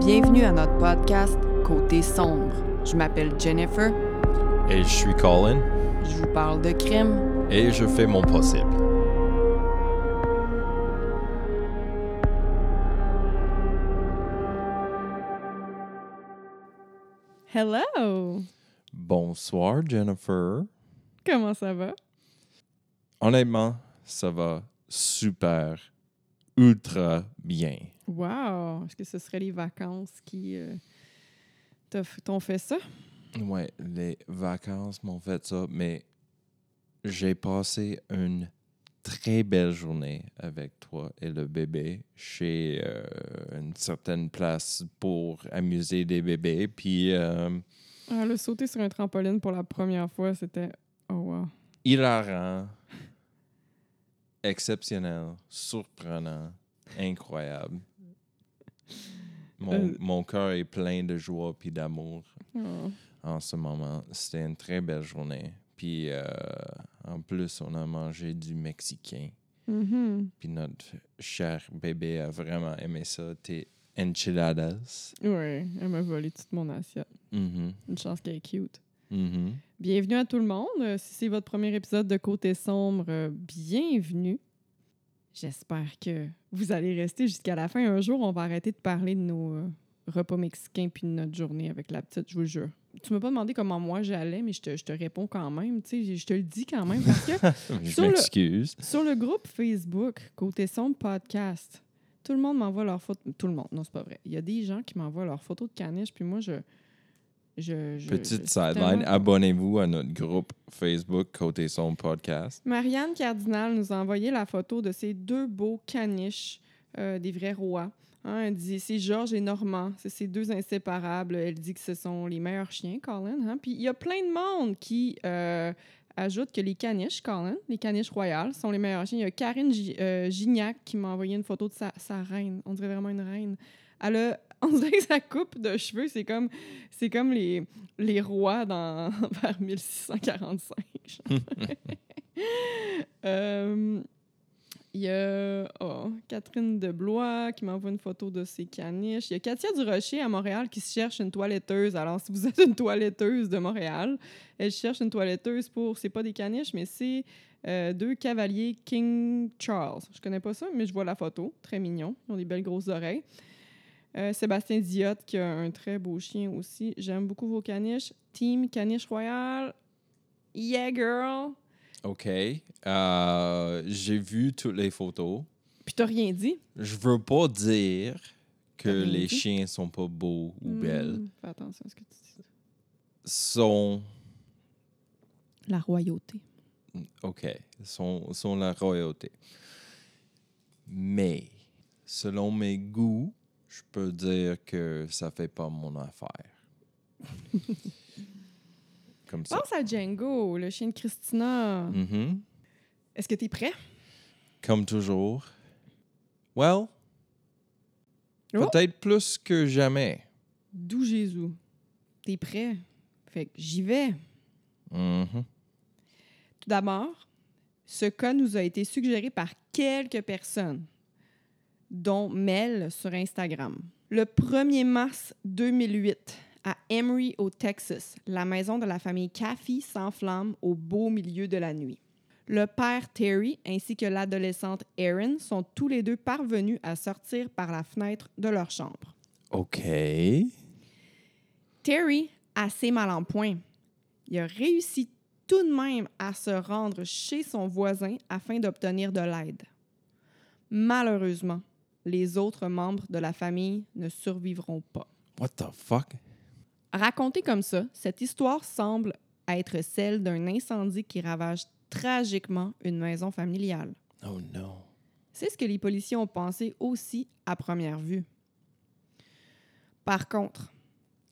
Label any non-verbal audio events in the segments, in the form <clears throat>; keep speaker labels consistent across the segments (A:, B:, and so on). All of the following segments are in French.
A: Bienvenue à notre podcast Côté sombre. Je m'appelle Jennifer,
B: Et je suis Colin
A: je vous parle de crime.
B: et je fais mon possible.
C: Hello!
B: Bonsoir Jennifer.
C: Comment ça va?
B: Honnêtement, ça va super, ultra bien.
C: Wow! Est-ce que ce serait les vacances qui euh, t'as f- t'ont fait ça?
B: Ouais, les vacances m'ont fait ça, mais j'ai passé une très belle journée avec toi et le bébé chez euh, une certaine place pour amuser des bébés. Puis euh,
C: Ah, le sauter sur un trampoline pour la première fois, c'était... Oh wow!
B: hilarant, exceptionnel, surprenant, incroyable. Mon,
C: Euh.
B: mon cœur est plein de joie puis d'amour
C: Oh.
B: en ce moment. C'était une très belle journée. Puis euh, en plus, on a mangé du mexicain.
C: Mhm.
B: Puis notre cher bébé a vraiment aimé ça. Tes enchiladas.
C: Ouais, elle m'a volé toute mon assiette.
B: Mhm,
C: Une chance qu'elle est cute.
B: mhm.
C: Bienvenue à tout le monde. Euh, Si c'est votre premier épisode de Côté sombre, euh, bienvenue. J'espère que vous allez rester jusqu'à la fin. Un jour, on va arrêter de parler de nos euh, repas mexicains puis de notre journée avec la petite, je vous le jure. Tu m'as pas demandé comment moi j'allais, mais je te, je te réponds quand même. tu sais, Je te le dis quand même parce que
B: Je
C: Sur le-
B: m'excuse.
C: sur le groupe Facebook, Côté Sombre Podcast, tout le monde m'envoie leurs photos. Tout le monde, non, c'est pas vrai. Il y a des gens qui m'envoient leurs photos de caniche, puis moi, je. je, je- je
B: Petite
C: suis
B: sideline,
C: tellement-
B: abonnez-vous à notre groupe Facebook Côté Son Podcast.
C: Marianne Cardinal nous a envoyé la photo de ces deux beaux caniches, euh, des vrais rois. Hein, elle dit c'est Georges et Normand, c'est ces deux inséparables. Elle dit que ce sont les meilleurs chiens, Colin. hein. Puis il y a plein de monde qui euh, ajoute que les caniches, Colin, les caniches royales, sont les meilleurs chiens. Il y a Karine Gi- euh, Gignac qui m'a envoyé une photo de sa, sa reine. On dirait vraiment une reine. Elle a- <laughs> on dirait que sa coupe de cheveux, c'est comme, c'est comme les, les rois dans, <laughs> vers 1645. Euh, Il y a oh, Catherine Deblois qui m'envoie une photo de ses caniches. Il y a Katia Durocher à Montréal qui cherche une toiletteuse. Alors, si vous êtes une toiletteuse de Montréal, elle cherche une toiletteuse pour, c'est pas des caniches, mais c'est euh, deux cavaliers King Charles. Je connais pas ça, mais je vois la photo. Très mignon. Ils ont des belles grosses oreilles. Euh, Sébastien Diotte qui a un très beau chien aussi. J'aime beaucoup vos caniches. Team Caniche Royale. Yeah, girl!
B: OK. Euh, J'ai vu toutes les photos.
C: Puis t'as rien dit.
B: Je veux pas dire que
C: T'as rien
B: les
C: dit?
B: chiens sont pas beaux ou belles.
C: Hmm, Fais attention à ce que tu dis.
B: Sont
C: La royauté.
B: OK, sont sont la royauté. Mais selon mes goûts, je peux dire que ça fait pas mon affaire.
C: <laughs>
B: Comme ça.
C: Pense à Django, le chien de Christina.
B: Mhm.
C: Hmm. Est-ce que t'es prêt?
B: Comme toujours. Well,
C: Oh!
B: peut-être plus que jamais.
C: D'où Jésus? T'es prêt? Fait que j'y vais.
B: Mhm.
C: Tout d'abord, ce cas nous a été suggéré par quelques personnes, dont Mel sur Instagram. Le 1er mars 2008, à Emory, au Texas, la maison de la famille Caffey s'enflamme au beau milieu de la nuit. Le père Terry ainsi que l'adolescente Erin sont tous les deux parvenus à sortir par la fenêtre de leur chambre.
B: OK.
C: Terry, assez mal en point, il a réussi tout de même à se rendre chez son voisin afin d'obtenir de l'aide. Malheureusement, les autres membres de la famille ne survivront pas.
B: What the fuck?
C: Racontée comme ça, cette histoire semble être celle d'un incendie qui ravage tragiquement une maison familiale.
B: Oh non.
C: C'est ce que les policiers ont pensé aussi à première vue. Par contre,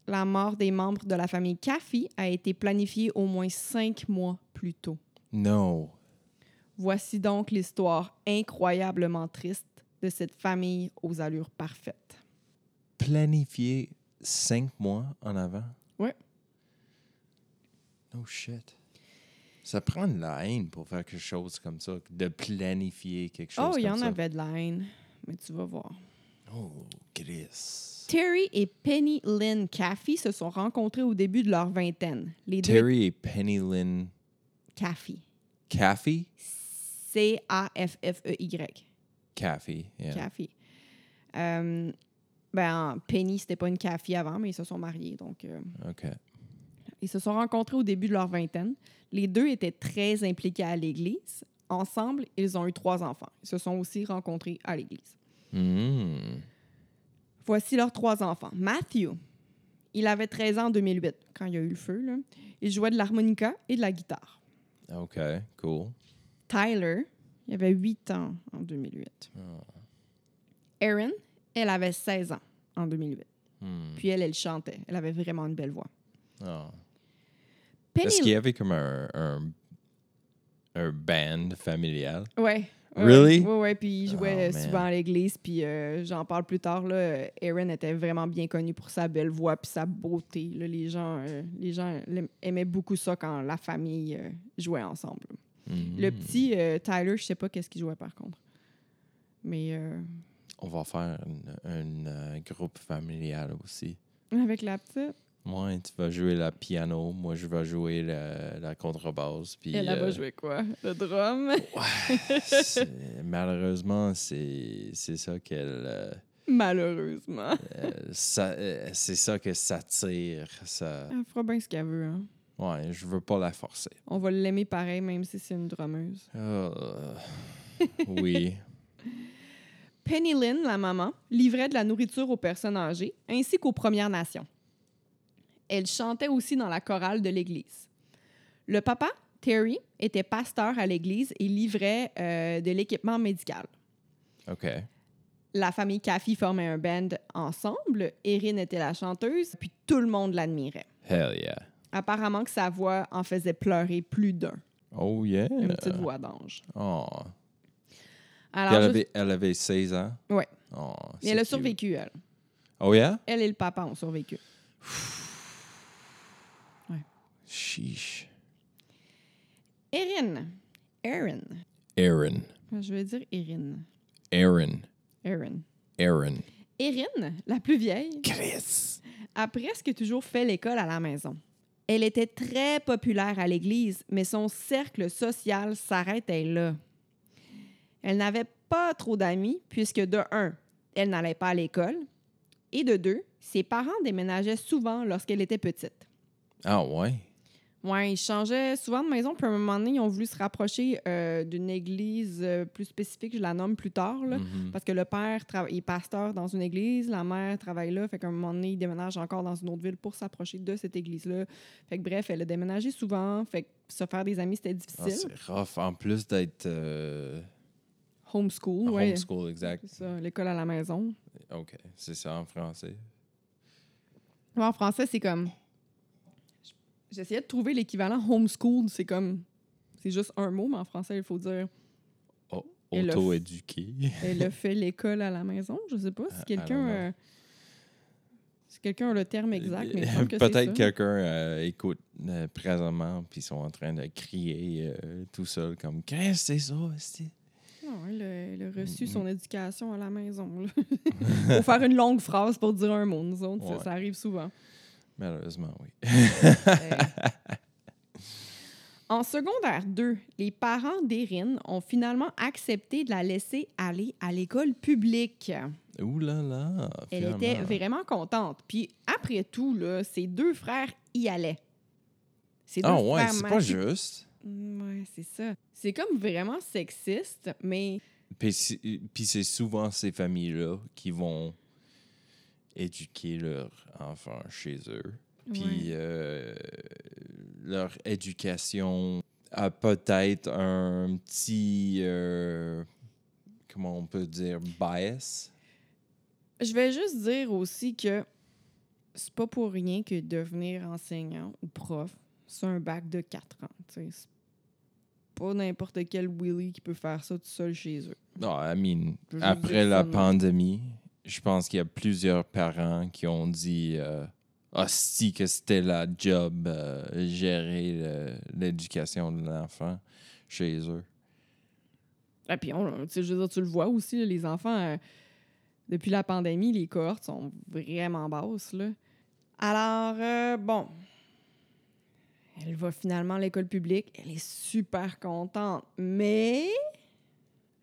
C: la mort des membres de la famille Caffey a été planifiée au moins cinq mois plus tôt.
B: Non.
C: Voici donc l'histoire incroyablement triste de cette famille aux allures parfaites.
B: Planifié cinq mois en avant?
C: Ouais.
B: No shit. Ça prend de la haine pour faire quelque chose comme ça, de planifier quelque chose
C: oh, il y
B: comme
C: en
B: ça.
C: avait de la haine, mais tu vas voir.
B: Oh, Chris.
C: Terry et Penny Lynn Caffey se sont rencontrés au début de leur vingtaine. Les deux
B: Terry et Penny Lynn
C: Caffey.
B: Caffey?
C: E C-A-F-F-E-Y.
B: Caffey, yeah.
C: Caffey. Euh, ben, Penny, c'était pas une Caffey avant, mais ils se sont mariés. Donc, euh,
B: OK.
C: ils se sont rencontrés au début de leur vingtaine. Les deux étaient très impliqués à l'Église. Ensemble, ils ont eu trois enfants. Ils se sont aussi rencontrés à l'Église.
B: Hmm.
C: Voici leurs trois enfants. Matthew, il avait 13 ans en 2008, quand il y a eu le feu. là. Il jouait de l'harmonica et de la guitare.
B: OK, cool.
C: Tyler, il avait 8 ans en 2008. Erin, elle avait 16 ans en 2008.
B: Hmm.
C: Puis elle, elle chantait. Elle avait vraiment une belle voix.
B: Ah.
C: Penny...
B: Est-ce qu'il y avait comme un, un, un band familial?
C: Ouais. ouais,
B: Really?
C: Ouais, ouais. Puis il jouait
B: Oh, man.
C: souvent à l'église. Puis euh, j'en parle plus tard. Là, euh, Erin était vraiment bien connue pour sa belle voix puis sa beauté. là. les gens, euh, les gens l'aim- aimaient beaucoup ça quand la famille euh, jouait ensemble.
B: Mhm.
C: Le petit euh, Tyler, je sais pas qu'est-ce qu'il jouait par contre. Mais euh,
B: On va faire un groupe familial aussi.
C: avec la petite,
B: Moi, tu vas jouer la piano, moi je vais jouer la, la contrebasse. Puis,
C: elle elle
B: euh,
C: va jouer quoi? Le drum?
B: <laughs>
C: <laughs>
B: c'est- malheureusement, c'est c'est ça qu'elle. euh,
C: Malheureusement.
B: euh, ça- euh, c'est ça que ça tire. Ça...
C: Elle fera bien ce qu'elle veut. hein.
B: Ouais, je veux pas la forcer.
C: On va l'aimer pareil, même si c'est une drummeuse.
B: Ah,
C: <laughs>
B: oui.
C: Penny Lynn, la maman, livrait de la nourriture aux personnes âgées ainsi qu'aux Premières Nations. Elle chantait aussi dans la chorale de l'église. Le papa, Terry, était pasteur à l'église et livrait euh, de l'équipement médical.
B: OK.
C: La famille Caffey formait un band ensemble. Erin était la chanteuse, puis tout le monde l'admirait.
B: Hell yeah.
C: Apparemment que sa voix en faisait pleurer plus d'un.
B: Oh yeah.
C: Une petite voix d'ange.
B: Oh. Puis
C: Alors,
B: elle,
C: juste-
B: avait, elle avait 16 ans.
C: Ouais.
B: Oh,
C: mais
B: c'est
C: elle a
B: cute.
C: survécu, elle.
B: Oh yeah?
C: Elle et le papa ont survécu.
B: Sheesh.
C: Erin. Erin.
B: Aaron.
C: Je vais dire Erin.
B: Aaron.
C: Erin.
B: Aaron.
C: Erin, la plus vieille,
B: Chris.
C: a presque toujours fait l'école à la maison. Elle était très populaire à l'église, mais son cercle social s'arrêtait là. Elle n'avait pas trop d'amis, puisque de un, elle n'allait pas à l'école, et de deux, ses parents déménageaient souvent lorsqu'elle était petite.
B: Ah ouais.
C: Ouais, ils changeaient souvent de maison, puis à un moment donné, ils ont voulu se rapprocher euh, d'une église euh, plus spécifique, je la nomme plus tard, là,
B: Mhm.
C: Parce que le père travaille, est pasteur dans une église, la mère travaille là, fait qu'à un moment donné, il déménage encore dans une autre ville pour s'approcher de cette église-là. Fait que bref, elle a déménagé souvent, fait que se faire des amis, c'était
B: Ah,
C: difficile.
B: c'est rough. En plus d'être euh,
C: homeschool, ouais.
B: homeschool, exact.
C: C'est ça, l'école à la maison.
B: OK. C'est ça en français.
C: Ouais, en français, c'est comme... J'essayais de trouver l'équivalent homeschool, c'est comme... C'est juste un mot, mais en français, il faut dire
B: Oh,
C: Et le f-
B: Auto-éduqué.
C: elle a fait l'école à la maison. Je sais pas
B: <laughs> I
C: si
B: don't
C: quelqu'un...
B: know.
C: euh, si quelqu'un a le terme exact,
B: <laughs>
C: mais il me semble que c'est
B: Peut-être
C: ça.
B: quelqu'un euh, écoute euh, présentement, puis ils sont en train de crier euh, tout seul, comme Chris, c'est ça, c'est.
C: Non, elle, a- elle a reçu
B: Mm,
C: son éducation à la
B: <laughs>
C: maison. Là. Faut faire une longue phrase pour dire un mot, nous autres, ça-
B: Ouais.
C: ça arrive souvent.
B: Malheureusement, oui.
C: Euh, En secondaire 2, les parents d'Erin ont finalement accepté de la laisser aller à l'école publique.
B: Ouh là là!
C: Elle
B: finalement.
C: était vraiment contente. Puis après tout, là, ses deux frères y allaient. Ses deux
B: Ah ouais,
C: frères
B: c'est pas
C: Matthew-
B: juste.
C: Mm, Ouais, c'est ça. C'est comme vraiment sexiste, mais
B: Puis c'est- puis c'est souvent ces familles-là qui vont éduquer leurs enfants chez eux. Puis
C: Ouais.
B: euh, leur éducation a peut-être un petit, euh, comment on peut dire, bias.
C: Je vais juste dire aussi que c'est pas pour rien que devenir enseignant ou prof, c'est un bac de 4 ans. tu sais. C'est pas n'importe quel Willy qui peut faire ça tout seul chez eux.
B: Non, I mean,
C: Je veux
B: après
C: dire
B: la
C: ça, non.
B: pandémie, je pense qu'il y a plusieurs parents qui ont dit euh, Ah, si que c'était la job, euh, gérer le- l'éducation de l'enfant chez eux.
C: Ah, Et puis, on, tu sais, je veux dire, tu le vois aussi, là, les enfants, euh, depuis la pandémie, les cohortes sont vraiment basses. Là. Alors, euh, bon, elle va finalement à l'école publique. Elle est super contente. Mais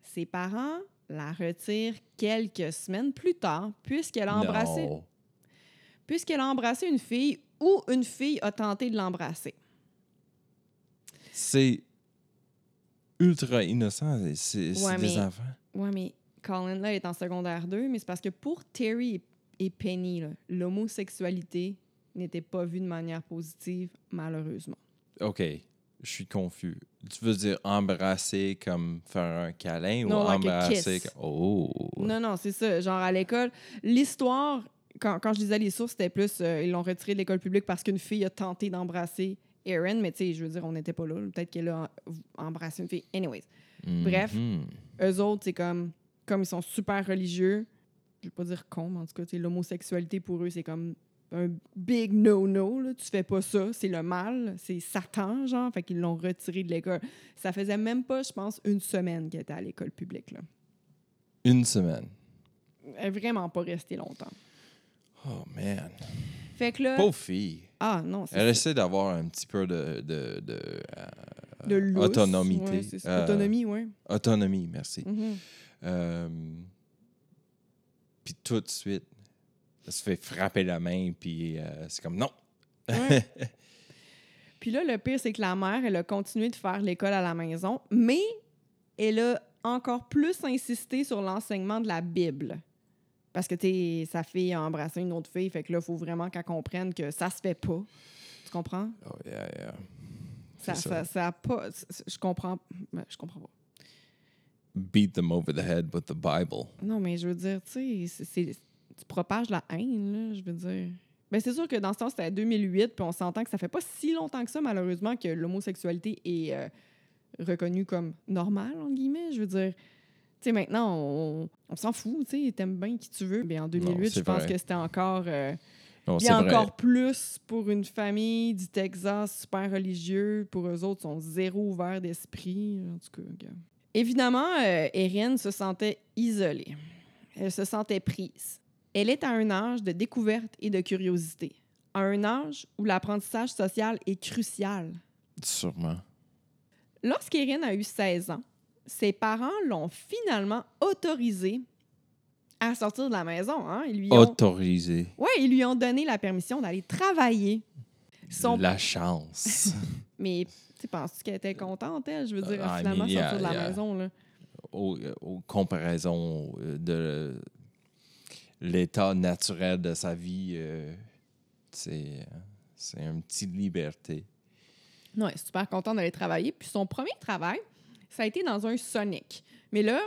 C: ses parents la retirent quelques semaines plus tard, puisqu'elle a embrassé,
B: Non.
C: puisqu'elle a embrassé une fille ou une fille a tenté de l'embrasser.
B: C'est ultra innocent. C'est, c'est- c'est
C: Ouais,
B: des
C: mais-
B: enfants.
C: Ouais, mais Colin, là, elle est en secondaire 2, mais c'est parce que pour Terry et, et Penny, là, l'homosexualité n'était pas vue de manière positive, malheureusement.
B: OK, je suis confus. Tu veux dire embrasser comme faire un câlin
C: Non,
B: ou
C: like a
B: embrasser
C: kiss.
B: comme... Oh!
C: Non, non, c'est ça. Genre, à l'école, l'histoire, quand, quand je lisais les sources, c'était plus euh, ils l'ont retiré de l'école publique parce qu'une fille a tenté d'embrasser Aaron, mais tu sais, je veux dire, on n'était pas là. là. Peut-être qu'elle a embrassé une fille. Anyways, bref.
B: Mhm.
C: eux autres, c'est comme, comme ils sont super religieux, je vais pas dire con, mais en tout cas, tu sais, l'homosexualité pour eux, c'est comme un big no-no. là. Tu fais pas ça, c'est le mal, c'est Satan, genre. Fait qu'ils l'ont retiré de l'école. Ça faisait même pas, je pense, une semaine qu'elle était à l'école publique. Là.
B: Une semaine.
C: Elle est vraiment pas restée longtemps.
B: Oh, man.
C: Euh. Fait que là.
B: Pauvre fille.
C: Ah non, c'est
B: Elle
C: ça.
B: essaie d'avoir un petit peu de, de, de, euh,
C: de lousse.
B: autonomité.
C: Ouais, Mhm. c'est ça.
B: Euh,
C: Autonomie, oui.
B: autonomie, merci.
C: Mm.
B: Euh, puis tout de suite, elle se fait frapper la main, puis euh, c'est comme non. <laughs>
C: Puis là, le pire, c'est que la mère, elle a continué de faire l'école à la maison, mais elle a encore plus insisté sur l'enseignement de la Bible. Parce que, tu sais, sa fille a embrassé une autre fille, fait que là, il faut vraiment qu'elle comprenne que ça se fait pas. Tu comprends?
B: Oh, yeah, yeah.
C: Ça,
B: C'est ça.
C: ça, ça a pas... c- c- Je comprends... ben, Je comprends pas.
B: Beat them over the head with the Bible.
C: Non, mais je veux dire, tu sais, c'est- c'est- tu propages la haine, là, je veux dire. Ben, c'est sûr que dans ce temps, c'était à 2008, puis on s'entend que ça fait pas si longtemps que ça, malheureusement, que l'homosexualité est euh, reconnue comme normale, en guillemets. Je veux dire, tu sais, maintenant, on, on s'en fout, tu sais, t'aimes bien qui tu veux. Mais en 2008,
B: c'est
C: je pense
B: vrai.
C: que c'était encore. euh,
B: Non,
C: puis
B: c'est vrai.
C: encore plus pour une famille du Texas super religieux. Pour eux autres, ils sont zéro ouverts d'esprit. En tout cas, regarde. Évidemment, euh, Erin se sentait isolée. Elle se sentait prise. Elle est à un âge de découverte et de curiosité. À un âge où l'apprentissage social est crucial.
B: Sûrement.
C: Lorsqu'Erin a eu 16 ans, ses parents l'ont finalement autorisée à sortir de la maison. Hein? Ils lui ont...
B: Autorisé.
C: Ouais, ils lui ont donné la permission d'aller travailler. Son...
B: La chance. <laughs>
C: Mais tu sais, penses-tu qu'elle était contente, elle? Je veux dire,
B: Ah,
C: finalement,
B: mais yeah,
C: sortir de la
B: yeah.
C: maison, là.
B: aux, aux comparaisons euh, de l'état naturel de sa vie, euh, c'est euh, c'est une petite liberté.
C: Non, elle est super contente d'aller travailler. Puis son premier travail, ça a été dans un Sonic. Mais là,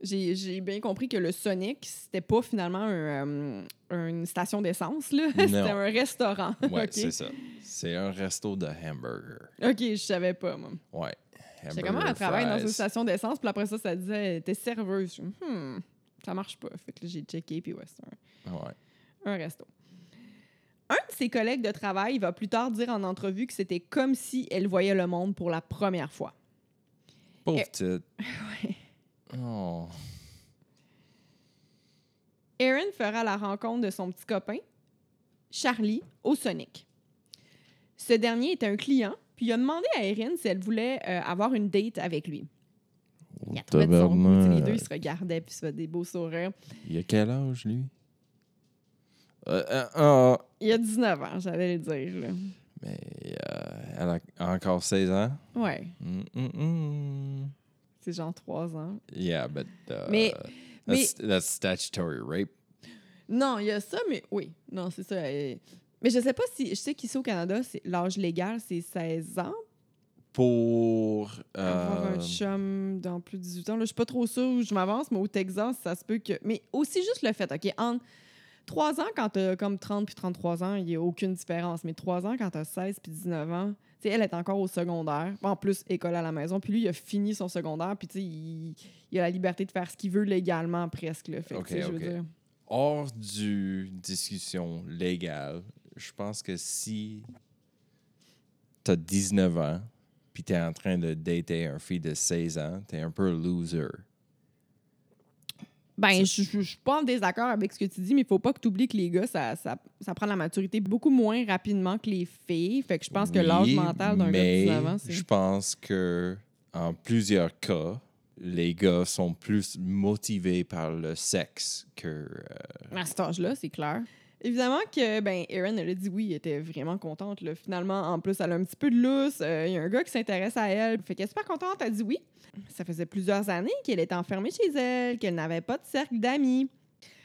C: j'ai j'ai bien compris que le Sonic, c'était pas finalement un, euh, une station d'essence, là. <laughs> C'était
B: Non.
C: un restaurant.
B: Ouais,
C: <laughs> OK.
B: c'est ça. C'est un resto de hamburger.
C: OK, je savais pas, moi.
B: Ouais.
C: J'étais
B: Hamburger
C: comment elle travaille dans
B: fries.
C: une station d'essence, puis après ça, ça disait, t'es serveuse. Je me suis dit, Hmm, ça marche pas. Fait que là, j'ai checké, puis ouais, c'est un-
B: Ouais.
C: un resto. Un de ses collègues de travail va plus tard dire en entrevue que c'était comme si elle voyait le monde pour la première fois.
B: Pauvre
C: Et-
B: petite.
C: <laughs>
B: Oh.
C: Erin fera la rencontre de son petit copain, Charlie, au Sonic. Ce dernier était un client, puis il a demandé à Erin si elle voulait euh, avoir une date avec lui. Il a trouvé de son goût, tu sais, les deux ils se regardaient, puis ils se faisaient des beaux sourires.
B: Il a quel âge, lui? Euh, euh, ah.
C: Il a 19 ans, j'allais le dire. là.
B: Mais euh, elle a encore 16 ans.
C: Ouais,
B: Mm, mm, mm.
C: c'est genre 3 ans.
B: Yeah, but uh,
C: Mais-
B: that's, that's statutory rape.
C: Non, il y a ça, mais oui. Non, c'est ça. euh, Mais je sais pas si. Je sais qu'ici au Canada, c'est- l'âge légal, c'est 16 ans.
B: Pour
C: Avoir
B: euh,
C: un chum dans plus de 18 ans. Là, je suis pas trop sûre où je m'avance, mais au Texas, ça se peut que. Mais aussi juste le fait, OK, entre 3 ans, quand t'as comme 30 puis 33 ans, il y a aucune différence. Mais 3 ans, quand t'as 16 puis 19 ans, tu sais, elle est encore au secondaire. En plus, école à la maison. Puis lui, il a fini son secondaire. Puis tu sais, il... il a la liberté de faire ce qu'il veut légalement, presque. Là. Fait que,
B: OK,
C: tu sais, je veux
B: OK.
C: dire.
B: hors du discussion légale, je pense que si t'as 19 ans puis t'es en train de dater un fille de 16 ans, t'es un peu loser.
C: Ben, je je- je suis pas en désaccord avec ce que tu dis, mais il faut pas que tu oublies que les gars, ça, ça, ça prend la maturité beaucoup moins rapidement que les filles. Fait que je pense que l'âge
B: Oui,
C: mental d'un gars de
B: mais
C: 19 ans, c'est.
B: Je pense que en plusieurs cas, les gars sont plus motivés par le sexe que. euh,
C: À cet âge-là, c'est clair. Évidemment que, ben, Erin, elle a dit oui, elle était vraiment contente. là. Finalement, en plus, elle a un petit peu de lousse. Euh, Il y a un gars qui s'intéresse à elle. Fait qu'elle est super contente, elle dit oui. Ça faisait plusieurs années qu'elle était enfermée chez elle, qu'elle n'avait pas de cercle d'amis.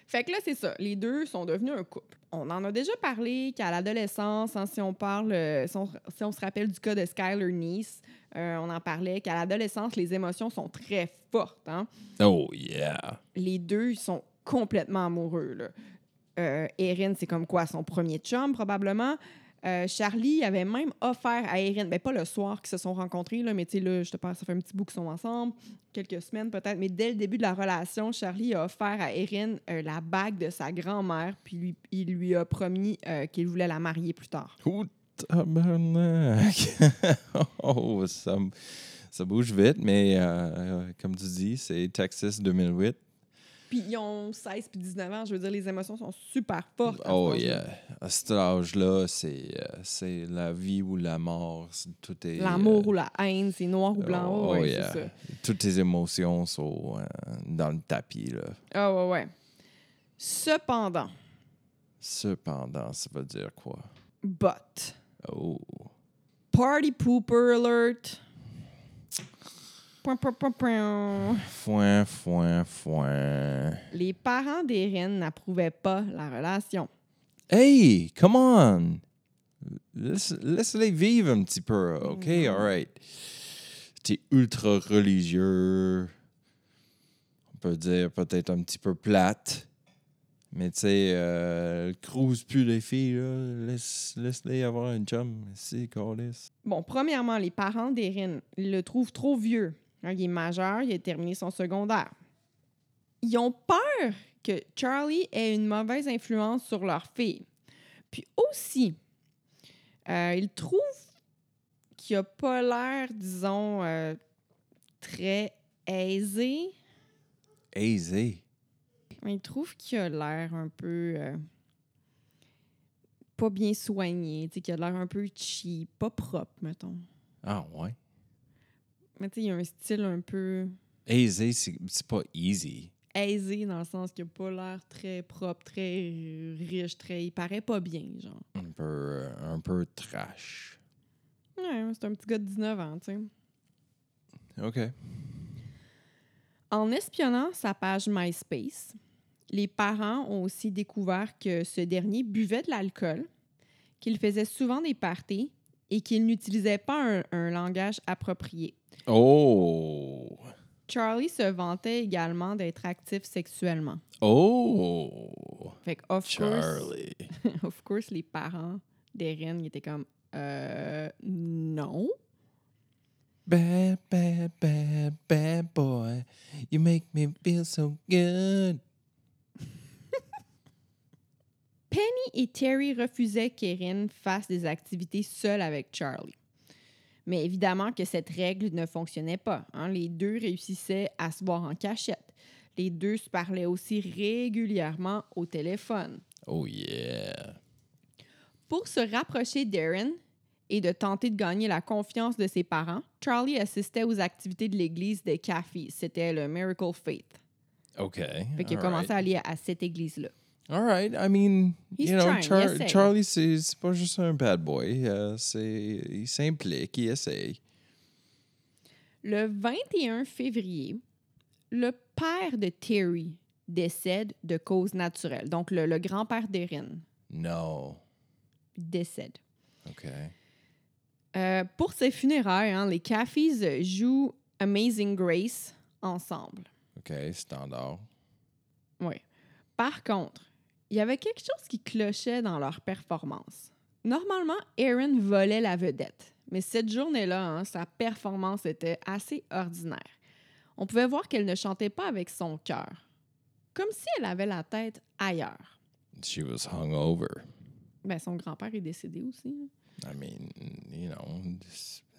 C: Fait que là, c'est ça. Les deux sont devenus un couple. On en a déjà parlé qu'à l'adolescence, hein, si on parle, euh, si, on, si on se rappelle du cas de Skyler Nice, euh, on en parlait qu'à l'adolescence, les émotions sont très fortes. Hein
B: Oh yeah!
C: les deux ils sont complètement amoureux. Là. Euh, Erin, c'est comme quoi son premier chum, probablement. Euh, Charlie avait même offert à Erin, ben pas le soir qu'ils se sont rencontrés, là, mais tu sais, là, je te parle, ça fait un petit bout qu'ils sont ensemble, quelques semaines peut-être, mais dès le début de la relation, Charlie a offert à Erin euh, la bague de sa grand-mère, puis lui- il lui a promis euh, qu'il voulait la marier plus tard.
B: Ouh, tabarnak! <laughs> oh, ça, m- ça bouge vite, mais euh, comme tu dis, c'est Texas 2008.
C: Puis ils ont 16 puis 19 ans, je veux dire, les émotions sont super fortes. à ce
B: Oh
C: moment-là.
B: yeah! À cet âge-là, c'est euh, c'est la vie ou la mort. c'est- Tout est.
C: L'amour
B: euh,
C: ou la haine, c'est noir ou blanc,
B: oh,
C: ouais,
B: oh,
C: c'est
B: yeah.
C: ça.
B: Toutes tes émotions sont euh, dans le tapis, là.
C: Ah ouais, ouais. Cependant,
B: Cependant, ça veut dire quoi?
C: but,
B: Oh!
C: party pooper alert. Point, point, point, point.
B: Foin, foin, foin.
C: Les parents des reines n'approuvaient pas la relation.
B: Hey, come on! Laisse- Laisse-les vivre un petit peu, OK? All right. T'es ultra religieux. On peut dire peut-être un petit peu plate. Mais tu sais, euh, crouse plus les filles, là. Laisse- Laisse-les avoir une chum. Si, calisse.
C: Bon, premièrement, les parents des reines le trouvent trop vieux. Hein, il est majeur, il a terminé son secondaire. Ils ont peur que Charlie ait une mauvaise influence sur leur fille. Puis aussi, euh, ils trouvent qu'il n'a pas l'air, disons, euh, très aisé.
B: Aisé.
C: Ils trouvent qu'il a l'air un peu euh, pas bien soigné, tu sais, qu'il a l'air un peu cheap, pas propre, mettons.
B: Ah, ouais.
C: Mais tu sais, il a un style un peu
B: Aisé, c'est c'est pas easy.
C: aisé dans le sens qu'il n'a pas l'air très propre, très euh, riche, très. Il paraît pas bien, genre.
B: Un peu, euh, un peu trash.
C: Ouais, c'est un petit gars de 19 ans, tu sais.
B: OK.
C: En espionnant sa page MySpace, les parents ont aussi découvert que ce dernier buvait de l'alcool, qu'il faisait souvent des parties et qu'il n'utilisait pas un- un langage approprié.
B: Oh!
C: Charlie se vantait également d'être actif sexuellement.
B: Oh!
C: Fait que, of course,
B: Charlie.
C: <laughs> of course, les parents des reines étaient comme euh, non.
B: Bad, bad, bad, bad boy. You make me feel so good.
C: Penny et Terry refusaient qu'Erin fasse des activités seule avec Charlie. Mais évidemment que cette règle ne fonctionnait pas. hein. Les deux réussissaient à se voir en cachette. Les deux se parlaient aussi régulièrement au téléphone.
B: Oh yeah.
C: Pour se rapprocher d'Erin et de tenter de gagner la confiance de ses parents, Charlie assistait aux activités de l'église des Cafés. C'était le Miracle Faith.
B: OK.
C: Fait qu'il a
B: all
C: commencé
B: right.
C: à aller à cette église-là.
B: All right. I mean,
C: He's
B: you know,
C: trying,
B: Char-
C: il essaie.
B: Charlie, c'est c'est pas juste un bad boy. euh, c'est, il s'implique, il essaye.
C: Le 21 février, le père de Terry décède de cause naturelle. Donc, le, le grand-père d'Erin
B: No.
C: décède.
B: OK.
C: Euh, pour ses funérailles, hein, les Cafés jouent Amazing Grace ensemble.
B: OK, standard.
C: Oui. Par contre, il y avait quelque chose qui clochait dans leur performance. Normalement, Erin volait la vedette, mais cette journée-là, hein, sa performance était assez ordinaire. On pouvait voir qu'elle ne chantait pas avec son cœur, comme si elle avait la tête ailleurs.
B: She was hungover.
C: Ben, son grand-père est décédé aussi. hein. là.
B: I mean, you know,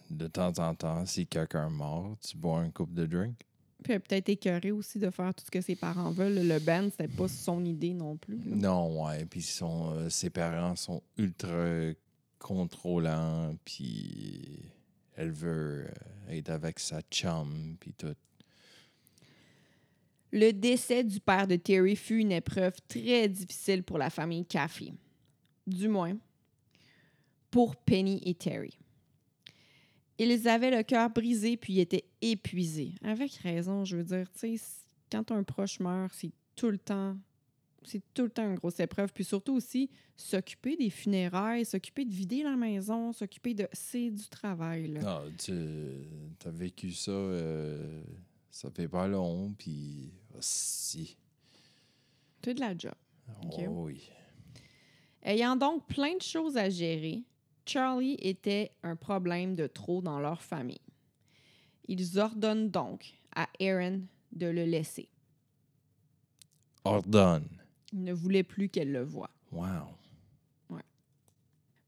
B: de temps en temps, si quelqu'un meurt, tu bois un couple de drink.
C: Puis elle est peut-être écœurée aussi de faire tout ce que ses parents veulent. Le band, c'était pas son idée non plus. là.
B: Non, ouais. Puis son, euh, ses parents sont ultra contrôlants, puis elle veut euh, être avec sa chum, puis tout.
C: Le décès du père de Terry fut une épreuve très difficile pour la famille Caffey. Du moins, pour Penny et Terry. Ils avaient le cœur brisé puis étaient épuisés. Avec raison, je veux dire, tu sais, c- quand un proche meurt, c'est tout le temps c'est tout le temps une grosse épreuve puis surtout aussi s'occuper des funérailles, s'occuper de vider la maison, s'occuper de c'est du travail là.
B: Ah, tu as vécu ça, euh, ça fait pas long, puis ah, si.
C: C'est de la job. Ok.
B: Oh oui.
C: Ayant donc plein de choses à gérer, Charlie était un problème de trop dans leur famille. Ils ordonnent donc à Erin de le laisser.
B: Ordonne.
C: Ils ne voulaient plus qu'elle le voie.
B: Wow.